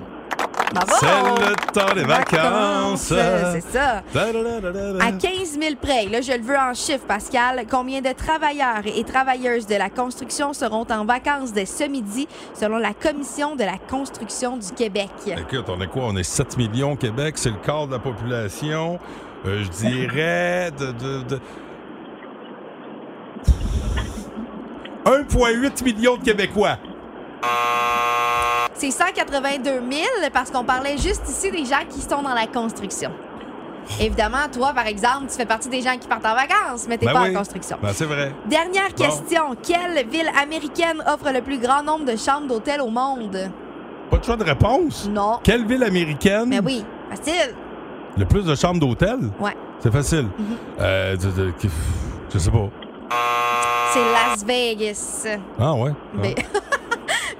Speaker 15: Bravo!
Speaker 3: C'est le temps des vacances.
Speaker 15: Euh, C'est ça.
Speaker 3: Da, da, da, da, da, da.
Speaker 15: À 15 000 près, là, je le veux en chiffres, Pascal. Combien de travailleurs et travailleuses de la construction seront en vacances dès ce midi, selon la Commission de la construction du Québec?
Speaker 3: Écoute, on est quoi? On est 7 millions au Québec, c'est le quart de la population. Euh, je dirais de. de- de- 1,8 million de Québécois.
Speaker 15: C'est 182 000 parce qu'on parlait juste ici des gens qui sont dans la construction. Évidemment, toi, par exemple, tu fais partie des gens qui partent en vacances, mais t'es
Speaker 3: Ben
Speaker 15: pas
Speaker 3: oui.
Speaker 15: en construction.
Speaker 3: Ben, c'est vrai.
Speaker 15: Dernière
Speaker 3: Bon.
Speaker 15: question. Quelle ville américaine offre le plus grand nombre de chambres d'hôtel au monde?
Speaker 3: Pas de choix de réponse?
Speaker 15: Non.
Speaker 3: Quelle ville américaine?
Speaker 15: Mais Mm. Ben oui, facile.
Speaker 3: Le plus de chambres d'hôtel?
Speaker 15: Ouais.
Speaker 3: C'est facile.
Speaker 15: Mhm.
Speaker 3: Euh, de- de- qui- je sais pas.
Speaker 15: C'est Las Vegas.
Speaker 3: Ah ouais?
Speaker 15: Mais,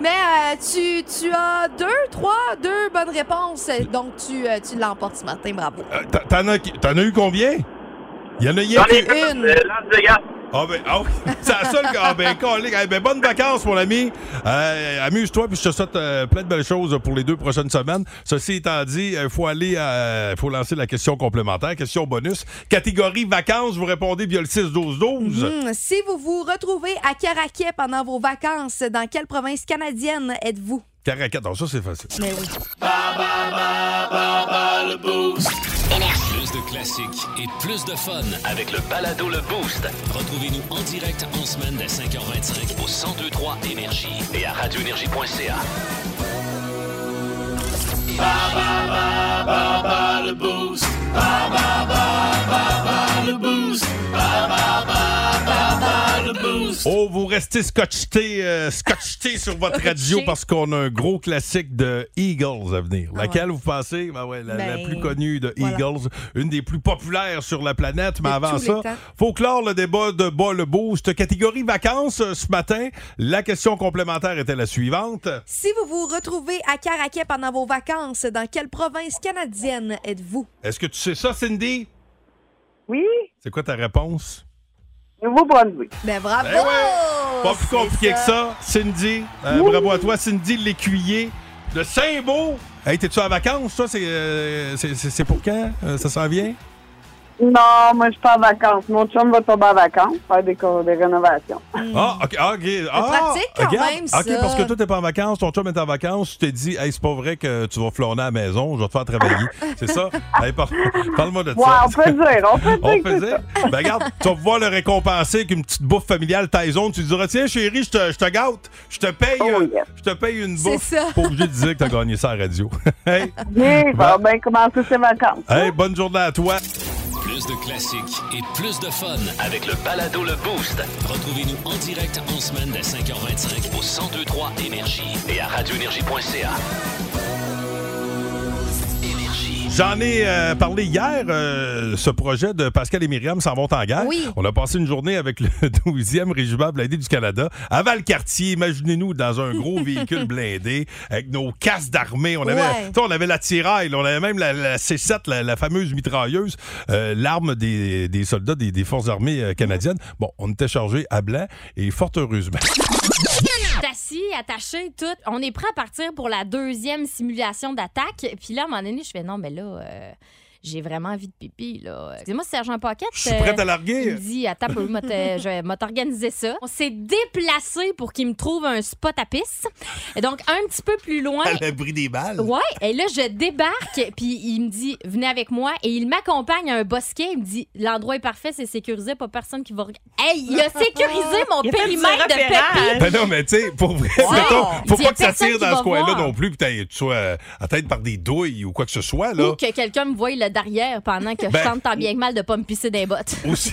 Speaker 15: Mais, euh, tu, tu as deux, trois, deux bonnes réponses. Donc, tu, euh, tu l'emportes ce matin. Bravo.
Speaker 3: Ah. T'en- T'en as, qui- t'en as eu combien? Il y en a rien
Speaker 15: J'en ai
Speaker 3: que-
Speaker 15: une. Euh, Las
Speaker 11: Vegas.
Speaker 3: Ah ben, ah oui, [LAUGHS] c'est la seule. que- Ah ben, colique. Eh ben, bonnes vacances, mon ami. Euh, Amuse-toi, puis je te souhaite euh, plein de belles choses pour les deux prochaines semaines. Ceci étant dit, il faut aller, euh, faut lancer la question complémentaire, question bonus. Catégorie vacances, vous répondez via le 6-12-12.
Speaker 15: Hmm, si vous vous retrouvez à Caraquet pendant vos vacances, dans quelle province canadienne êtes-vous?
Speaker 3: Caracat, non, ça c'est facile.
Speaker 15: Mais oui.
Speaker 2: le boost.
Speaker 1: Plus de classiques et plus de fun avec le balado Le Boost. Retrouvez-nous en direct en semaine dès 5h25 au 1023 Énergie et à radioénergie.ca.
Speaker 2: le boost. Ba, ba, ba, ba, ba, le boost. Ba, ba, ba, ba, ba, le boost.
Speaker 3: Oh, vous restez scotcheté, euh, scotcheté sur votre radio parce qu'on a un gros classique de Eagles à venir. Laquelle vous pensez? Ben ouais, la, la
Speaker 2: Ah Ben,
Speaker 3: plus connue de
Speaker 2: voilà.
Speaker 3: Eagles, une des plus populaires sur la planète. Mais
Speaker 2: De
Speaker 3: avant
Speaker 2: tous les
Speaker 3: ça,
Speaker 2: temps.
Speaker 3: faut clore le débat de bas le boost. Catégorie vacances euh, ce matin. La question complémentaire était la suivante.
Speaker 15: Si vous vous retrouvez à Caraquet pendant vos vacances, dans quelle province canadienne êtes-vous?
Speaker 3: Est-ce que tu sais ça, Cindy?
Speaker 12: Oui.
Speaker 3: C'est quoi ta réponse?
Speaker 12: Nouveau-Brunswick.
Speaker 15: Ben bravo!
Speaker 3: Ben ouais,
Speaker 15: Oh,
Speaker 3: Pas plus compliqué que ça, Cindy. Euh, bravo à toi, Cindy l'écuyer de Saint-Beau. Hey, t'es-tu en vacances, toi? C'est, euh, c'est, c'est- c'est pour quand? Euh, ça s'en vient?
Speaker 12: Non, moi, je suis pas en vacances. Mon chum va tomber en vacances, faire des, co- des rénovations.
Speaker 3: Ah, ok, ah, ok. Ah,
Speaker 12: Mm. pratique quand
Speaker 3: regarde.
Speaker 12: même,
Speaker 3: Ok,
Speaker 12: ça.
Speaker 3: parce que toi, t'es pas en vacances, ton chum est en vacances, tu t'es dit, hey, c'est pas vrai que tu vas flâner à la maison, je vais te
Speaker 12: [LAUGHS]
Speaker 3: faire travailler. c'est ça? Hey, par- [LAUGHS] Parle-moi de
Speaker 12: Ouais,
Speaker 3: ça.
Speaker 12: on peut dire, on peut
Speaker 3: [LAUGHS] On
Speaker 12: dire
Speaker 3: peut
Speaker 12: que c'est
Speaker 3: dire. Ben, regarde, tu vas pouvoir le récompenser avec une petite bouffe familiale Tyson. Tu lui diras, tiens, chérie, je te, je te gâte, je te paye,
Speaker 12: Oh,
Speaker 3: euh, je te paye une
Speaker 12: C'est
Speaker 3: bouffe.
Speaker 12: ça.
Speaker 3: Pas obligé de dire que t'as gagné ça à la radio. [LAUGHS] hey,
Speaker 12: Bien, il va bien commencer ses vacances.
Speaker 3: hey, bonne journée à toi.
Speaker 1: Plus de classiques et plus de fun avec le balado Le Boost. Retrouvez-nous en direct en semaine dès 5h25 au 1023 Énergie et à radioénergie.ca.
Speaker 3: J'en ai euh, parlé hier, euh, ce projet de Pascal et Myriam s'en vont en guerre.
Speaker 2: Oui.
Speaker 3: On a passé une journée avec le [LAUGHS] 12e régiment blindé du Canada. À Valcartier, imaginez-nous dans un
Speaker 2: [LAUGHS]
Speaker 3: gros véhicule blindé, avec nos casques d'armée. On,
Speaker 2: Ouais.
Speaker 3: avait, tu sais, on avait la tiraille, on avait même la, la C7, la, la fameuse mitrailleuse, euh, l'arme des, des soldats des, des forces armées euh, canadiennes. Bon, on était chargé à blanc et fort heureusement.
Speaker 7: T'es assis, attaché, tout. On est prêt à partir pour la deuxième simulation d'attaque. Puis là, à un moment donné, je fais non, mais là, euh, j'ai vraiment envie de pipi. Là. Excusez-moi, Sergent Paquette. Je
Speaker 2: Euh,
Speaker 3: suis prête à larguer.
Speaker 7: Il me dit, attends, un peu, moi, t'es- je vais m'organiser ça. On s'est déplacé pour qu'il me trouve un spot à pisse. Et donc, un petit peu plus loin.
Speaker 3: [LAUGHS] À l'abri des balles.
Speaker 7: Ouais, et là, je débarque, puis il me dit, venez avec moi, et il m'accompagne à un bosquet. Il me dit, l'endroit est parfait, c'est sécurisé, pas personne qui va regarder. Hey, il a sécurisé mon
Speaker 2: Il a fait du
Speaker 7: périmètre de
Speaker 2: repérage.
Speaker 7: pépi.
Speaker 3: Ben non, mais tu sais, pour vrai,
Speaker 7: Ouais.
Speaker 3: mettons, faut
Speaker 7: Il y a
Speaker 3: pas que ça
Speaker 7: personne
Speaker 3: tire
Speaker 7: qui
Speaker 3: dans
Speaker 7: va
Speaker 3: ce coin-là
Speaker 7: voir.
Speaker 3: non plus, puis t'as- tu sois euh, atteinte par des douilles ou quoi que ce soit, là.
Speaker 7: Ou que quelqu'un me voie le derrière pendant que
Speaker 3: Ben-
Speaker 7: je tente tant bien que mal de pas me pisser des bottes. [LAUGHS]
Speaker 3: Aussi.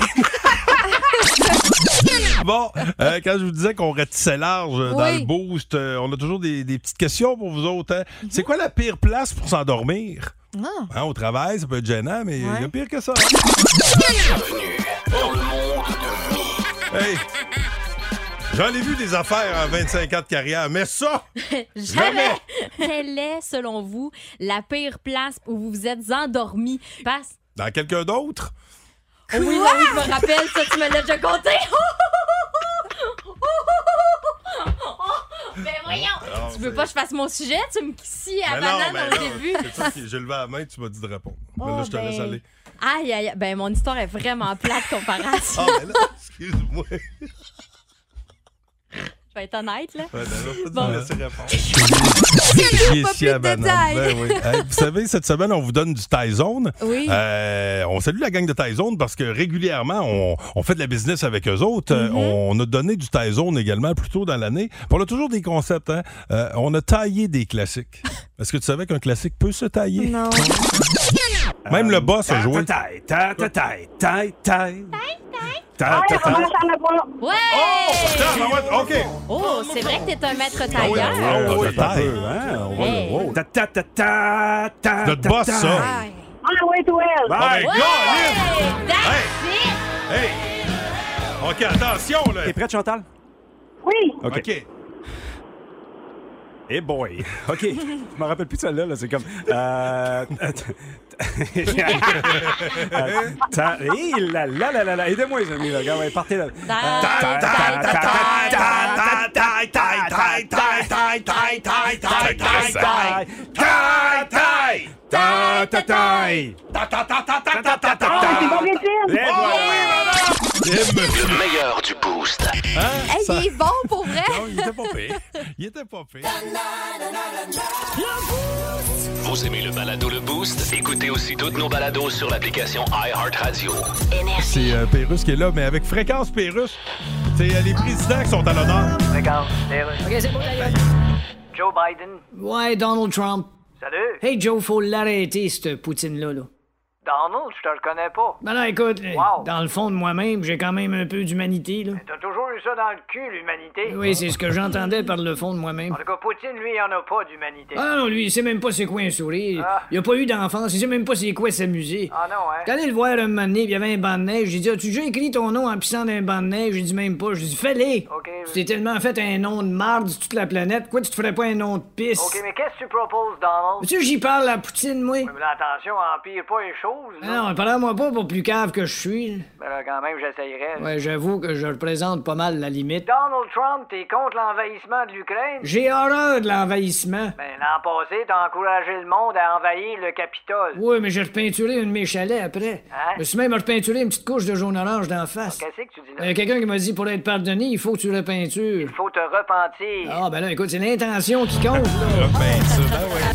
Speaker 3: Bon, euh, quand je vous disais qu'on ratissait large euh, dans
Speaker 7: Oui.
Speaker 3: le boost, euh, on a toujours des, des petites questions pour vous autres. hein.
Speaker 7: Mhm.
Speaker 3: C'est quoi la pire place pour s'endormir?
Speaker 7: Ah.
Speaker 3: Hein, au travail, ça peut être gênant, mais il y a pire que ça. Hey! J'en ai vu des affaires en 25 ans de carrière, mais
Speaker 7: [LAUGHS]
Speaker 3: ça, Jamais.
Speaker 7: Quelle est, selon vous, la pire place où vous vous êtes endormi? Passe.
Speaker 3: dans quelqu'un d'autre,
Speaker 7: Oh oui, bah oui, je me rappelle, ça, tu me l'as déjà [LAUGHS] compté. Ben voyons,
Speaker 3: Alors,
Speaker 7: tu veux
Speaker 3: Ah, c'est-
Speaker 7: pas que je fasse mon sujet? Tu me kisses à
Speaker 3: Ben
Speaker 7: banane
Speaker 3: ben
Speaker 7: au début.
Speaker 3: C'est ça qui- j'ai levé la main, tu m'as dit de répondre. Mais
Speaker 7: Oh,
Speaker 3: là, je te laisse
Speaker 7: ben.
Speaker 3: aller.
Speaker 7: Aïe, aïe, aïe. Ben, mon histoire est vraiment plate comparée à ça.
Speaker 3: Ah, ben là, [LAUGHS] excuse-moi.
Speaker 7: Je vais être honnête, là.
Speaker 3: Ouais,
Speaker 7: Bon.
Speaker 3: ben là, faut te laisser répondre.
Speaker 7: Il y a pas
Speaker 3: Chier
Speaker 7: plus
Speaker 3: à
Speaker 7: de
Speaker 3: banane.
Speaker 7: détails.
Speaker 3: Ben oui. Hey, vous savez, cette semaine, on vous donne du Thai Zone.
Speaker 7: Oui.
Speaker 3: Euh, on salue la gang de Thai Zone parce que régulièrement, on, on fait de la business avec eux autres. Euh, On a donné du Thai Zone également plus tôt dans l'année. Puis On a toujours des concepts. hein. Euh, on a taillé des classiques. Est-ce que tu savais qu'un classique peut se tailler?
Speaker 15: Non.
Speaker 3: Même le boss
Speaker 16: Euh,
Speaker 3: a joué.
Speaker 16: Taille, taille, taille, taille, taille, taille.
Speaker 3: Taille, taille, taille.
Speaker 7: Ouais!
Speaker 3: OK.
Speaker 7: Oh, c'est vrai que t'es un maître
Speaker 3: Oh,
Speaker 16: Ah ouais,
Speaker 7: tailleur.
Speaker 16: ah
Speaker 3: taille.
Speaker 16: ouais, un peu, hein, on va le-
Speaker 7: Hey.
Speaker 16: wow. Ta, ta, ta, ta, ta,
Speaker 3: Notre
Speaker 16: ta,
Speaker 3: boss,
Speaker 16: ta.
Speaker 3: ça.
Speaker 12: Ah oui, toi, elle.
Speaker 3: My
Speaker 16: Ouais.
Speaker 3: God, Lynn! Hey! Hey! OK, attention, là!
Speaker 16: T'es prête, Chantal?
Speaker 12: Oui.
Speaker 16: OK. Eh boy! [LAUGHS] OK. Je me rappelle plus de celle-là, là. C'est comme.
Speaker 3: [LAUGHS]
Speaker 16: Euh. [LAUGHS] euh, ta- Hé, là, là, là, là, là. Aidez-moi, les amis, là. Regarde, ouais, partez là. Ta- ta- ta- ta- ta- ta- ta- ta- ta- ta-
Speaker 2: Taille, taille, taille, taille, taille, taille.
Speaker 16: taille, ta ta taille.
Speaker 1: Le meilleur du Boost.
Speaker 15: Hey, il est bon pour vrai.
Speaker 3: il était pas pire. Il était pas pire.
Speaker 1: Vous aimez le balado Le Boost? Écoutez aussi toutes nos balados sur l'application iHeartRadio.
Speaker 3: C'est euh, Pérus qui est là, mais avec fréquence Pérus. C'est euh, les présidents qui sont à l'honneur.
Speaker 5: OK, c'est bon, ta gueule.
Speaker 4: Joe Biden.
Speaker 5: Ouais, Donald Trump.
Speaker 4: Salut.
Speaker 5: Hey, Joe, faut l'arrêter, cette poutine-là, là.
Speaker 4: Donald, je te reconnais pas.
Speaker 5: Ben là, écoute, euh,
Speaker 4: Wow.
Speaker 5: dans le fond de moi-même, j'ai quand même un peu d'humanité, là.
Speaker 4: T'as toujours eu ça dans le cul, l'humanité.
Speaker 5: Oui, c'est ce que j'entendais par le fond de moi-même.
Speaker 4: En tout cas, Poutine, lui, il en a pas d'humanité.
Speaker 5: Ah non, lui, il sait même pas c'est quoi un sourire.
Speaker 4: Ah.
Speaker 5: Il a pas eu d'enfance, il sait même pas c'est quoi s'amuser.
Speaker 4: Ah non, hein?
Speaker 5: J'étais allé le voir un moment donné, puis il y avait un banc de neige. J'ai dit, as-tu déjà écrit ton nom en pissant d'un banc de neige? J'ai dit, même pas. J'ai dit, fais-le! Tu t'es tellement fait un nom de marde sur toute la planète, pourquoi tu te ferais pas un nom de pisse?
Speaker 4: OK, mais qu'est-ce que tu proposes, Donald?
Speaker 5: Monsieur, j'y parle à Poutine, moi.
Speaker 4: Mais attention, empire pas les choses, 12, là.
Speaker 5: Ah Non, prends-moi pas pour plus cave que je suis. là.
Speaker 4: Ben là, quand même, j'essayerais. là.
Speaker 5: Ouais, j'avoue que je représente pas mal la limite.
Speaker 4: Donald Trump, t'es contre l'envahissement de l'Ukraine?
Speaker 5: J'ai horreur de l'envahissement.
Speaker 4: Ben, l'an passé, t'as encouragé le monde à envahir le Capitole.
Speaker 5: Oui, mais j'ai repeinturé un de mes chalets après.
Speaker 4: Ben- Hein?
Speaker 5: Je me suis même repeinturé une petite couche de jaune orange d'en face.
Speaker 4: Qu'est-ce que tu dis là?
Speaker 5: Il y a Euh, quelqu'un qui m'a dit pour être pardonné, il faut que tu repeintures.
Speaker 4: Faut te repentir.
Speaker 5: Ah, ben là, écoute, c'est l'intention qui compte, là.
Speaker 3: Ben,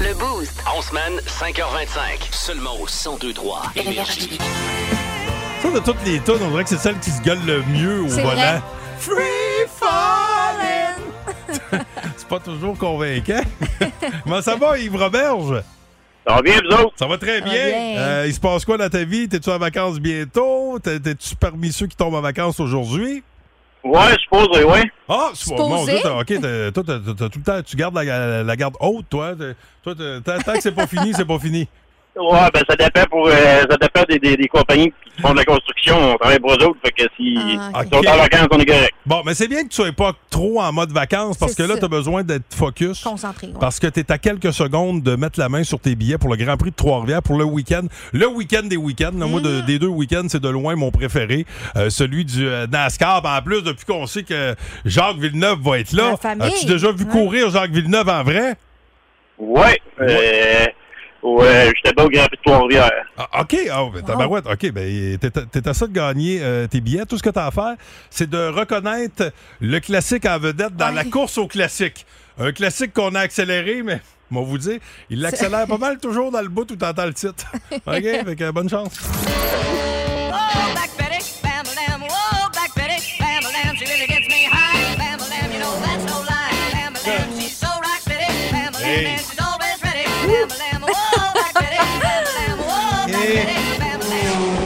Speaker 17: Le Boost. En semaine, 5h25. Seulement au 1023 Énergie.
Speaker 3: Ça, de toutes les tonnes, on dirait que c'est celle qui se gueule le mieux au
Speaker 2: C'est
Speaker 3: volant.
Speaker 2: vrai.
Speaker 3: Free falling. C'est pas toujours convaincant. [LAUGHS] Comment ça va, Yves Roberge?
Speaker 11: Ça va bien, vous autres?
Speaker 3: Ça va très
Speaker 11: Ça va
Speaker 3: bien.
Speaker 11: bien.
Speaker 3: Euh, il se passe quoi dans ta vie? T'es-tu en vacances bientôt? T'es- T'es-tu parmi ceux qui tombent en vacances aujourd'hui?
Speaker 11: Ouais, je suppose, oui, oui.
Speaker 3: Ah, c'est
Speaker 11: Supposé.
Speaker 3: bon, Dieu, t'as- OK, t'as- toi, t'as- t'as- t'as tout le temps, tu gardes la, la garde haute, toi. T'es- Toi, t'es- tant tant que c'est pas fini, c'est
Speaker 11: [LAUGHS]
Speaker 3: pas fini.
Speaker 11: Ouais, ben ça dépend pour euh, ça dépend des, des, des compagnies qui font de la construction, on travaille pour eux autres, fait que si
Speaker 3: OK.
Speaker 7: Ah,
Speaker 11: ils
Speaker 17: Ah.
Speaker 11: sont en vacances, on est correct.
Speaker 3: Bon, mais c'est bien que tu sois pas trop en mode vacances parce que là, tu as besoin d'être focus.
Speaker 15: Concentré. ouais.
Speaker 3: Parce que tu es à quelques secondes de mettre la main sur tes billets pour le Grand Prix de Trois-Rivières pour le week-end. Le week-end des week-ends. là, Moi,
Speaker 11: Mm-hmm.
Speaker 3: de- des deux week-ends, c'est de loin mon préféré. Euh, celui du euh, NASCAR. Ben, en plus, depuis qu'on sait que Jacques Villeneuve va être là,
Speaker 11: La famille.
Speaker 3: as-tu déjà vu
Speaker 11: Ouais.
Speaker 3: courir Jacques Villeneuve en vrai?
Speaker 11: Ouais. Euh, ouais, j'étais pas au Grand Prix de Trois-Rivières.
Speaker 3: Ah, OK, ah, ben, tabarouette, OK, ben, t'es à- t'es à ça de gagner euh, tes billets. Tout ce que t'as à faire, c'est de reconnaître le classique en vedette dans la course au classique. Un classique qu'on a accéléré, mais [LAUGHS] on vous dire, il l'accélère pas mal toujours dans le bout où t'entends le titre. OK, fait que bonne chance.
Speaker 15: Oh,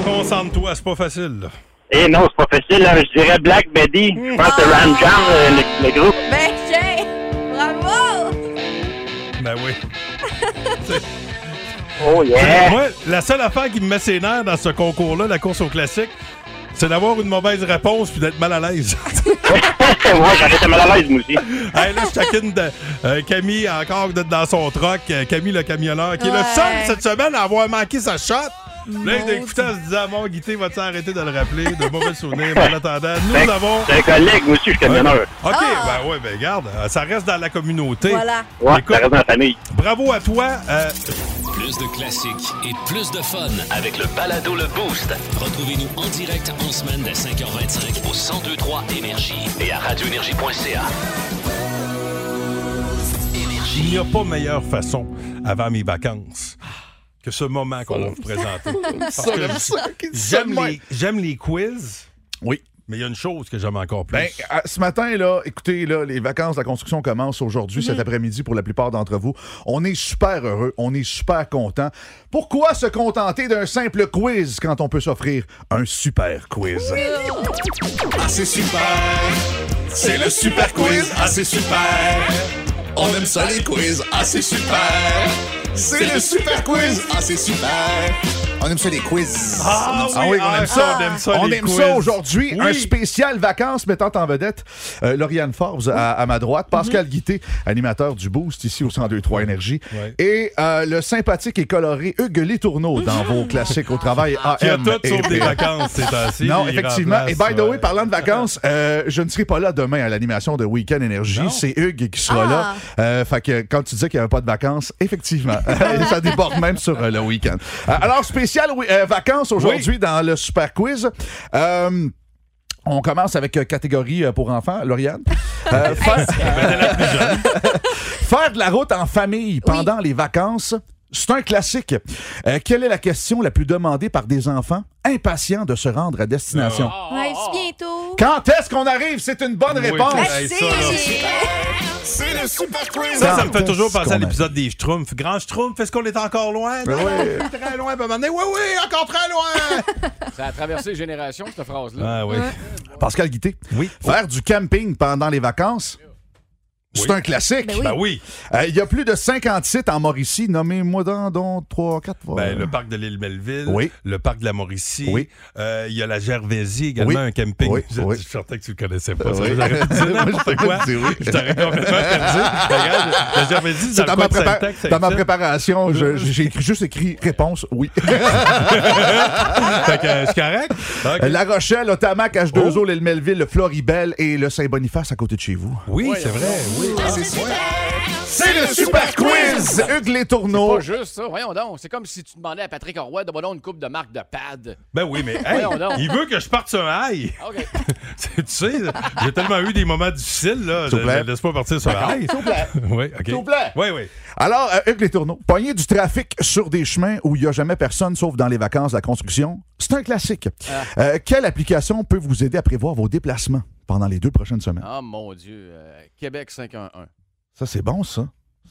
Speaker 15: Oh,
Speaker 3: Concentre-toi, c'est pas facile. là.
Speaker 11: Eh non, c'est pas facile, hein. je dirais Black Betty. Je pense que c'est Ram Jam, euh, le, le groupe.
Speaker 15: Ben, j'ai! Bravo!
Speaker 3: Ben oui.
Speaker 11: Oh [LAUGHS] yeah!
Speaker 3: Moi, la seule affaire qui me met ses nerfs dans ce concours-là, la course au classique, c'est d'avoir une mauvaise réponse puis d'être mal à l'aise.
Speaker 11: Moi, j'en étais mal à l'aise, moi aussi.
Speaker 3: Hey, là, chacune de, euh, Camille, encore d'être dans son troc. euh, Camille, le camionneur, qui est le seul cette semaine à avoir manqué sa shot. Là, il écoutait en se disant Mon Guité, va-tu arrêter de le rappeler De mauvais souvenirs. Mais en attendant,
Speaker 11: C'est-
Speaker 3: nous avons.
Speaker 11: c'est un collègue, moi aussi, je suis camionneur.
Speaker 3: OK,
Speaker 2: Ah!
Speaker 3: ben ouais, ben regarde, euh, ça reste dans la communauté.
Speaker 11: Voilà. Ouais, ça reste dans la famille.
Speaker 3: Bravo à toi. euh,
Speaker 1: Plus de classiques et plus de fun avec le balado Le Boost. Retrouvez-nous en direct en semaine dès 5h25 au 1023 Énergie et à radioénergie.ca.
Speaker 3: Il n'y a pas meilleure façon avant mes vacances que ce moment qu'on va
Speaker 2: [LAUGHS]
Speaker 3: vous présenter. Parce
Speaker 2: Ça,
Speaker 3: que
Speaker 2: j'aime ça, qu'il se
Speaker 3: J'aime
Speaker 2: demande.
Speaker 3: les, j'aime les quiz.
Speaker 18: Oui.
Speaker 3: Mais il y a une chose que j'aime encore plus.
Speaker 18: Ben, à- ce matin, là, écoutez, là, les vacances, la construction commence aujourd'hui, cet après-midi, pour la plupart d'entre vous. On est super heureux, on est super content. Pourquoi se contenter d'un simple quiz quand on peut s'offrir un super quiz?
Speaker 2: Ah, c'est super! C'est le super quiz! Ah, c'est super! On aime ça, les quiz! Ah, c'est super! C'est le super quiz! Ah, c'est super! On aime ça, les quiz!
Speaker 18: Ah oui, on aime ça, on aime ça,
Speaker 2: les quiz.
Speaker 18: aujourd'hui.
Speaker 2: Oui.
Speaker 18: Un spécial vacances mettant en vedette euh, Lauriane Forbes à, à ma droite, Pascal
Speaker 19: Mhm.
Speaker 18: Guité, animateur du Boost ici au 1023 Énergie,
Speaker 3: Ouais.
Speaker 18: et euh, le sympathique et coloré Hugues Létourneau dans vos classiques au travail AM.
Speaker 3: Qui a tout sauf
Speaker 18: et-
Speaker 3: des vacances, c'est assez,
Speaker 18: Non,
Speaker 3: il
Speaker 18: effectivement.
Speaker 3: remplace,
Speaker 18: Et by the
Speaker 3: ouais.
Speaker 18: way, parlant de vacances, euh, je ne serai pas là demain à l'animation de Weekend Énergie. C'est Hugues qui sera
Speaker 14: Ah,
Speaker 18: là. Euh, fait que quand tu dis qu'il n'y avait pas de vacances,
Speaker 3: [LAUGHS]
Speaker 18: effectivement, ça déborde même sur euh, le week-end. Euh, alors, spécial oui, euh, vacances aujourd'hui dans le Super Quiz. Euh, on commence avec euh, catégorie euh, pour enfants,
Speaker 3: [LAUGHS]
Speaker 18: Lauriane. Euh, faire... [LAUGHS] Faire de la route en famille pendant les vacances, c'est un classique. Euh, quelle est la question la plus demandée par des enfants impatients de se rendre à destination?
Speaker 3: Oh. Ah.
Speaker 15: Ouais, c'est bientôt!
Speaker 18: Quand est-ce qu'on arrive? C'est une bonne réponse.
Speaker 3: Ben
Speaker 2: C'est le super quiz!
Speaker 3: Ça, ça me fait toujours penser à
Speaker 18: qu'on
Speaker 3: l'épisode des Schtroumpfs. Grand Schtroumpf, est-ce qu'on est encore loin?
Speaker 18: Ben ouais.
Speaker 3: Très loin, ben, à un moment donné, Oui, oui, encore très loin!
Speaker 19: Ça a traversé les générations, cette phrase-là.
Speaker 3: Ah oui.
Speaker 18: Pascal Guité.
Speaker 3: Oui.
Speaker 18: Faire du camping pendant les vacances, C'est un classique.
Speaker 3: Ben oui. Ben oui.
Speaker 18: Euh, Il y a plus de 50 sites en Mauricie. Nommez-moi dans, dont 3, 4.
Speaker 3: Ben, le parc de l'île Melville,
Speaker 18: Oui.
Speaker 3: le parc de la Mauricie,
Speaker 18: Oui.
Speaker 3: euh, il y a la Gervaisie également,
Speaker 18: Oui.
Speaker 3: un camping.
Speaker 18: Oui,
Speaker 3: [LAUGHS] Je-
Speaker 18: oui.
Speaker 3: Je suis certain que tu le connaissais pas. ça.
Speaker 18: Oui.
Speaker 3: J'aurais pu
Speaker 18: Moi,
Speaker 3: dire
Speaker 18: je
Speaker 3: n'importe
Speaker 18: t'aurais
Speaker 3: quoi.
Speaker 18: dit oui.
Speaker 3: Je t'aurais complètement perdu. Regarde, la Gervaisie,
Speaker 18: C'est
Speaker 3: dans,
Speaker 18: dans, ma,
Speaker 3: le coin de
Speaker 18: prépa-
Speaker 3: Saint-Tech, ça
Speaker 18: dans ma
Speaker 3: existe.
Speaker 18: préparation, je- j'ai écrit- juste écrit réponse
Speaker 3: [LAUGHS]
Speaker 18: oui.
Speaker 3: Fait que, euh, c'est correct? Ok. Oh.
Speaker 18: La Rochelle, Otamac, H2O, l'île Melville, le Floribel et le Saint-Boniface à côté de chez vous.
Speaker 3: Oui, c'est vrai. Oui.
Speaker 18: C'est le super quiz! Hugues Les
Speaker 19: C'est
Speaker 18: Tourneaux.
Speaker 19: pas juste ça, voyons donc. C'est comme si tu demandais à Patrick Orwell de donner une coupe de marque de pad.
Speaker 3: Ben oui, mais hey,
Speaker 19: Voyons donc. Ah,
Speaker 3: il veut que je parte sur un high. [LAUGHS]
Speaker 19: OK.
Speaker 3: tu sais, j'ai tellement eu des moments difficiles. Là,
Speaker 18: S'il vous plaît.
Speaker 3: Ne laisse pas partir sur un high.
Speaker 18: S'il vous
Speaker 3: [LAUGHS]
Speaker 18: plaît.
Speaker 3: Oui, OK.
Speaker 18: S'il vous plaît.
Speaker 3: Oui, oui.
Speaker 18: Alors, euh, Hugues Les Tourneaux, pogner du trafic sur des chemins où il n'y a jamais personne sauf dans les vacances de la construction, c'est un classique. Euh, quelle application peut vous aider à prévoir vos déplacements pendant les deux prochaines semaines?
Speaker 19: Oh mon Dieu. euh, Québec 511.
Speaker 18: Ça, c'est bon, ça.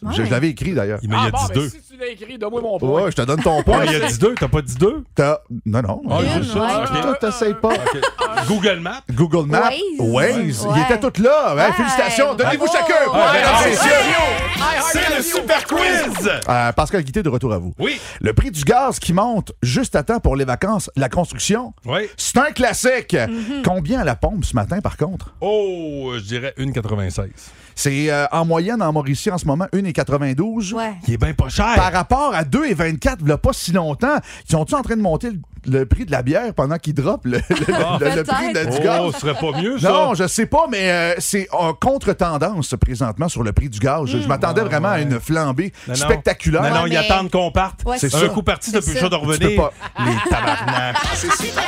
Speaker 19: Ouais.
Speaker 18: Je, je l'avais écrit d'ailleurs.
Speaker 19: ah, bon, mais si tu l'as écrit, donne-moi mon point.
Speaker 18: Ouais, je te donne ton point.
Speaker 3: il y a 10 2, t'as pas 10 2?
Speaker 18: T'as- Non, non.
Speaker 3: Ah, Une, juste ça, ouais. ok.
Speaker 18: Toi, t'essayes pas.
Speaker 19: Ah.
Speaker 3: Google Maps.
Speaker 18: Google Maps.
Speaker 3: Waze.
Speaker 18: Waze.
Speaker 3: Ouais.
Speaker 18: Ils étaient toutes là. Hein,
Speaker 3: Ouais.
Speaker 18: Félicitations. Donnez-vous
Speaker 3: Bravo.
Speaker 18: chacun un point,
Speaker 3: Ouais,
Speaker 18: mesdames
Speaker 3: bravo.
Speaker 18: et messieurs.
Speaker 3: C'est le super quiz!
Speaker 18: Euh, Pascal Guité, de retour à vous. Oui. Le prix du gaz qui monte juste à temps pour les vacances, la construction.
Speaker 3: Oui.
Speaker 18: C'est un classique.
Speaker 19: Mhm.
Speaker 18: Combien à la pompe ce matin, par contre?
Speaker 3: Oh, je dirais 1,96.
Speaker 18: C'est euh, en moyenne en Mauricie en ce moment 1,92. Ouais.
Speaker 3: Qui est bien pas cher.
Speaker 18: Par rapport à 2,24, il y a pas si longtemps. Ils sont-ils en train de monter le, le prix de la bière pendant qu'ils droppent le, le-
Speaker 3: Ah.
Speaker 18: le- le prix de, du
Speaker 3: Peut-être.
Speaker 18: gaz?
Speaker 3: Oh, ce serait
Speaker 18: [LAUGHS]
Speaker 3: pas mieux, ça?
Speaker 18: Non, je sais pas, mais euh, c'est en contre-tendance présentement sur le prix du gaz. Je- Je m'attendais vraiment à une flambée
Speaker 3: Non, non.
Speaker 18: spectaculaire.
Speaker 3: Non, non, ils attendent qu'on parte.
Speaker 18: Ouais,
Speaker 3: c'est
Speaker 18: c'est
Speaker 3: un
Speaker 18: ça.
Speaker 3: coup parti, t'as
Speaker 18: C'est
Speaker 3: plus le
Speaker 18: ça. Ah,
Speaker 3: choix de
Speaker 18: Tu peux
Speaker 3: revenir.
Speaker 18: pas. [LAUGHS]
Speaker 3: Les tabarnak.
Speaker 2: C'est super!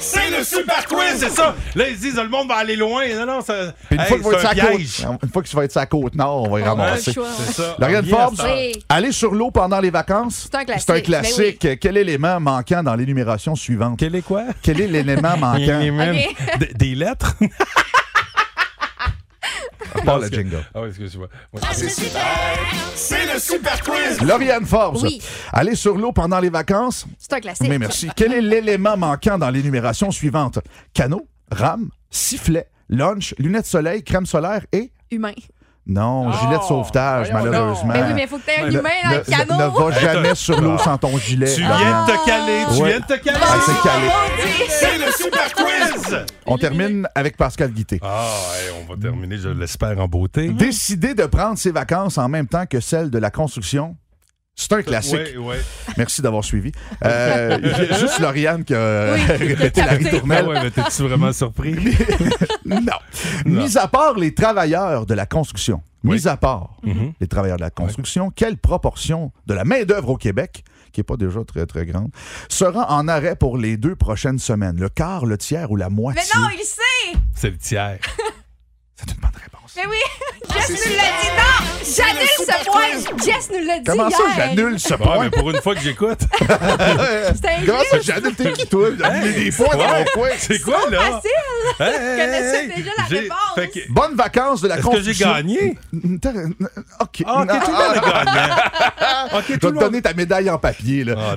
Speaker 3: C'est le super quiz, c'est ça. Là, ils disent, le monde va aller loin. Non, non, ça.
Speaker 18: Puis une,
Speaker 3: Hey,
Speaker 18: fois que vous êtes
Speaker 3: c'est un
Speaker 18: sur la
Speaker 3: piège.
Speaker 18: côte, une fois que tu vas être sur la côte nord, on va y
Speaker 3: On a
Speaker 18: ramasser.
Speaker 3: le choix. C'est ça.
Speaker 18: Lauriane
Speaker 3: On vient à
Speaker 18: Forbes,
Speaker 3: cette heure.
Speaker 18: aller sur l'eau pendant les vacances,
Speaker 15: C'est un classique,
Speaker 18: C'est un classique.
Speaker 15: ben
Speaker 18: Quel élément manquant dans l'énumération suivante? Quel
Speaker 3: est quoi?
Speaker 18: Quel est [LAUGHS] l'élément manquant?
Speaker 3: Élément- [LAUGHS]
Speaker 15: Ok.
Speaker 3: Des- Des lettres?
Speaker 18: À part le jingle.
Speaker 3: Ah oui, excuse-moi. Oui.
Speaker 2: C'est le super quiz!
Speaker 18: Lauriane Forbes,
Speaker 15: Oui.
Speaker 18: aller sur l'eau pendant les vacances,
Speaker 15: C'est un classique.
Speaker 18: Mais merci. Quel est l'élément manquant dans l'énumération suivante? Canot, rame, sifflet, lunch, lunettes de soleil, crème solaire et...
Speaker 15: Humain.
Speaker 18: Non, gilet de sauvetage,
Speaker 15: Oh, voyons
Speaker 18: malheureusement.
Speaker 15: donc. Mais oui, mais faut que t'aies un
Speaker 18: Ne-
Speaker 15: humain dans
Speaker 18: ne-
Speaker 15: le canot.
Speaker 18: Ne, ne va jamais sur l'eau sans ton gilet.
Speaker 3: Tu viens
Speaker 18: Lauriane.
Speaker 3: de te caler, tu
Speaker 18: Ouais.
Speaker 3: viens de te caler.
Speaker 18: Ah, c'est calé.
Speaker 3: C'est le super
Speaker 18: [LAUGHS]
Speaker 3: quiz!
Speaker 18: On termine avec Pascal Guité.
Speaker 3: Ah, hey, on va terminer, je l'espère, en
Speaker 15: Hmm.
Speaker 3: beauté.
Speaker 18: Décider de prendre ses vacances en même temps que celles de la construction, c'est un classique.
Speaker 3: Ouais, ouais.
Speaker 18: Merci d'avoir suivi. Euh,
Speaker 15: [LAUGHS]
Speaker 18: j'ai juste Lauriane qui a [LAUGHS] répété euh, la
Speaker 3: Ah
Speaker 18: ritournelle.
Speaker 3: [LAUGHS] ouais, mais t'es-tu vraiment surpris?
Speaker 18: Mis à part les travailleurs de la construction, mis à part les travailleurs de la construction, quelle proportion de la main-d'œuvre au Québec, qui n'est pas déjà très, très grande, sera en arrêt pour les deux prochaines semaines? Le quart, le tiers ou la
Speaker 15: Mais
Speaker 18: moitié?
Speaker 15: non, il sait!
Speaker 3: C'est le tiers.
Speaker 15: Mais oui!
Speaker 18: Ah,
Speaker 15: Jess nous l'a dit! Non! J'annule ce point! Jess nous l'a dit!
Speaker 18: Comment ça,
Speaker 15: hier.
Speaker 18: j'annule ce
Speaker 3: Bon,
Speaker 18: point?
Speaker 3: mais pour une fois que j'écoute.
Speaker 15: C'était
Speaker 18: Comment ça,
Speaker 15: injuste.
Speaker 18: j'annule tes qui, toi? D'annuler des points
Speaker 3: É.
Speaker 18: dans mon coin?
Speaker 3: C'est quoi, là?
Speaker 15: Facile!
Speaker 3: [LAUGHS] Hey,
Speaker 15: Je
Speaker 3: hey,
Speaker 15: connaissais
Speaker 3: hey,
Speaker 15: déjà la
Speaker 3: j'ai-
Speaker 15: réponse.
Speaker 3: fait que-
Speaker 18: Bonnes vacances de la
Speaker 3: Est-ce que j'ai
Speaker 18: construction.
Speaker 3: gagné?
Speaker 18: T'as- OK.
Speaker 3: Ah, ok, tout le monde a gagné.
Speaker 18: [LAUGHS]
Speaker 3: hein. Ok,
Speaker 18: Je vais
Speaker 3: tout le
Speaker 18: te
Speaker 3: monde- Ah,
Speaker 18: donner ta médaille en papier, là. [LAUGHS]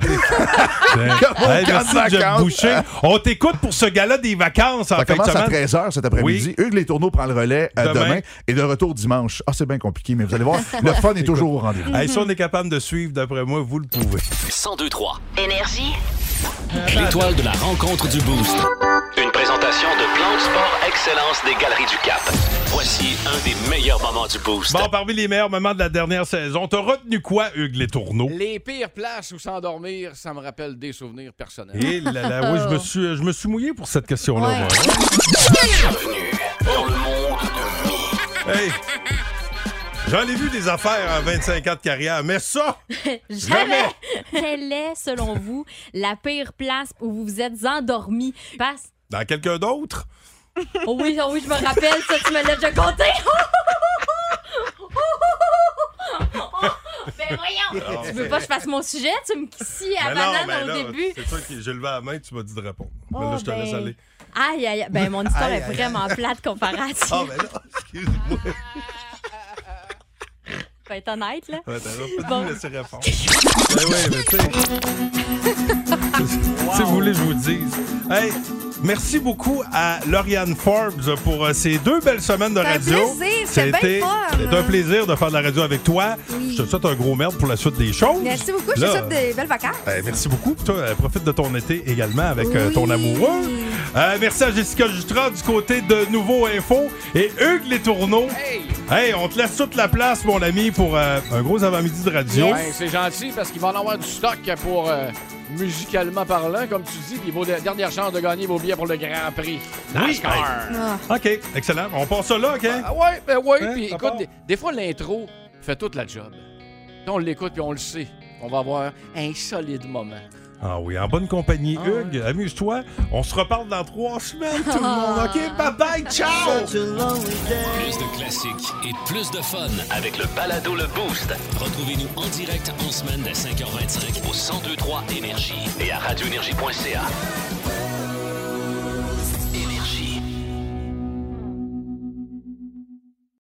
Speaker 18: Comme au
Speaker 3: Hey,
Speaker 18: camp
Speaker 3: merci
Speaker 18: de
Speaker 3: de Jeff
Speaker 18: vacances.
Speaker 3: Boucher. On t'écoute pour ce gala des vacances
Speaker 18: Ça
Speaker 3: en fin de
Speaker 18: commence à
Speaker 3: semaine.
Speaker 18: 13h cet après-midi. Hugues Les Tourneaux prend le relais euh,
Speaker 3: Demain.
Speaker 18: demain. et de retour dimanche. Ah, c'est bien compliqué, mais vous allez voir, le
Speaker 3: [LAUGHS]
Speaker 18: fun est toujours au rendez-vous.
Speaker 3: Hey, si on est capable de suivre, d'après moi, vous le pouvez.
Speaker 17: 1023.
Speaker 6: Énergie.
Speaker 1: L'étoile de la rencontre du Boost.
Speaker 17: Une présentation de Plan de Sport Excellence des Galeries du Cap. Voici un des meilleurs moments du Boost.
Speaker 3: Bon, parmi les meilleurs moments de la dernière saison, t'as retenu quoi, Hugues Les Tourneaux?
Speaker 19: Les pires places où s'endormir, ça me rappelle des souvenirs personnels.
Speaker 3: Et Eh là, là, oui, je me suis, euh, je me suis mouillé pour cette question-là.
Speaker 19: Ouais.
Speaker 3: moi. hein. Hey! J'en ai vu des affaires en 25 ans de carrière, mais ça,
Speaker 7: [LAUGHS] Jamais. Quelle est, selon vous, la pire place où vous vous êtes endormi? Passe.
Speaker 3: dans quelqu'un d'autre,
Speaker 7: Oh oui, oh oui, je me rappelle, ça, tu me l'as déjà compté. Ben voyons! Tu veux pas que je fasse mon sujet? Tu me scies
Speaker 3: Ben
Speaker 7: à
Speaker 3: non,
Speaker 7: banane
Speaker 3: ben
Speaker 7: au
Speaker 3: là,
Speaker 7: début.
Speaker 3: C'est sûr que j'ai levé la main, tu m'as dit de répondre. Mais
Speaker 7: Oh,
Speaker 3: là, je te
Speaker 7: ben.
Speaker 3: laisse aller.
Speaker 7: Aïe, aïe, aïe. Ben, mon histoire
Speaker 3: Aïe,
Speaker 7: est
Speaker 3: aïe, aïe.
Speaker 7: vraiment plate comparative.
Speaker 3: Ah, ben là, [LAUGHS] excuse-moi.
Speaker 7: Faut être honnête, là.
Speaker 3: Ouais, t'aurais pas dû
Speaker 7: Bon.
Speaker 3: me laisser répondre. ben oui, mais tu sais. si vous voulez, je vous le dise. Hey, Merci beaucoup à Lauriane Forbes pour euh, ces deux belles semaines de
Speaker 15: C'était un
Speaker 3: radio.
Speaker 15: plaisir, c'était bien
Speaker 3: C'était
Speaker 15: fun.
Speaker 3: c'était un plaisir de faire de la radio avec toi. Je te souhaite un gros merde pour la suite des choses.
Speaker 15: Merci beaucoup, je te
Speaker 3: Là,
Speaker 15: souhaite des belles vacances.
Speaker 3: euh, merci beaucoup. Puis Toi, euh, profite de ton été également avec euh, ton amoureux. Euh, merci à Jessica Jutra du côté de Nouveau Info et Hugues Les Tourneaux. Hey! on te laisse toute la place, mon ami, pour euh, un gros avant-midi de radio.
Speaker 19: Ouais, c'est gentil parce qu'il va en avoir du stock pour euh, musicalement parlant, comme tu dis, puis vos de- dernières chances de gagner vos billets pour le Grand Prix. NASCAR.
Speaker 3: hey. Ah. OK, excellent. On passe ça là, OK?
Speaker 19: Ah ouais, ben ouais,
Speaker 3: Hein,
Speaker 19: puis
Speaker 3: ça
Speaker 19: écoute,
Speaker 3: part.
Speaker 19: des, des fois l'intro fait toute la job. Puis on l'écoute puis on le sait. On va avoir un solide moment.
Speaker 3: Ah oui, en bonne compagnie,
Speaker 19: Ah
Speaker 3: Hugues. Amuse-toi. On se reparle dans trois semaines,
Speaker 19: [LAUGHS]
Speaker 3: tout le monde. OK, bye bye, ciao!
Speaker 1: Plus de classiques et plus de fun avec le balado Le Boost. Retrouvez-nous en direct en semaine dès 5h25 au 1023 Énergie
Speaker 17: et à radioénergie.ca.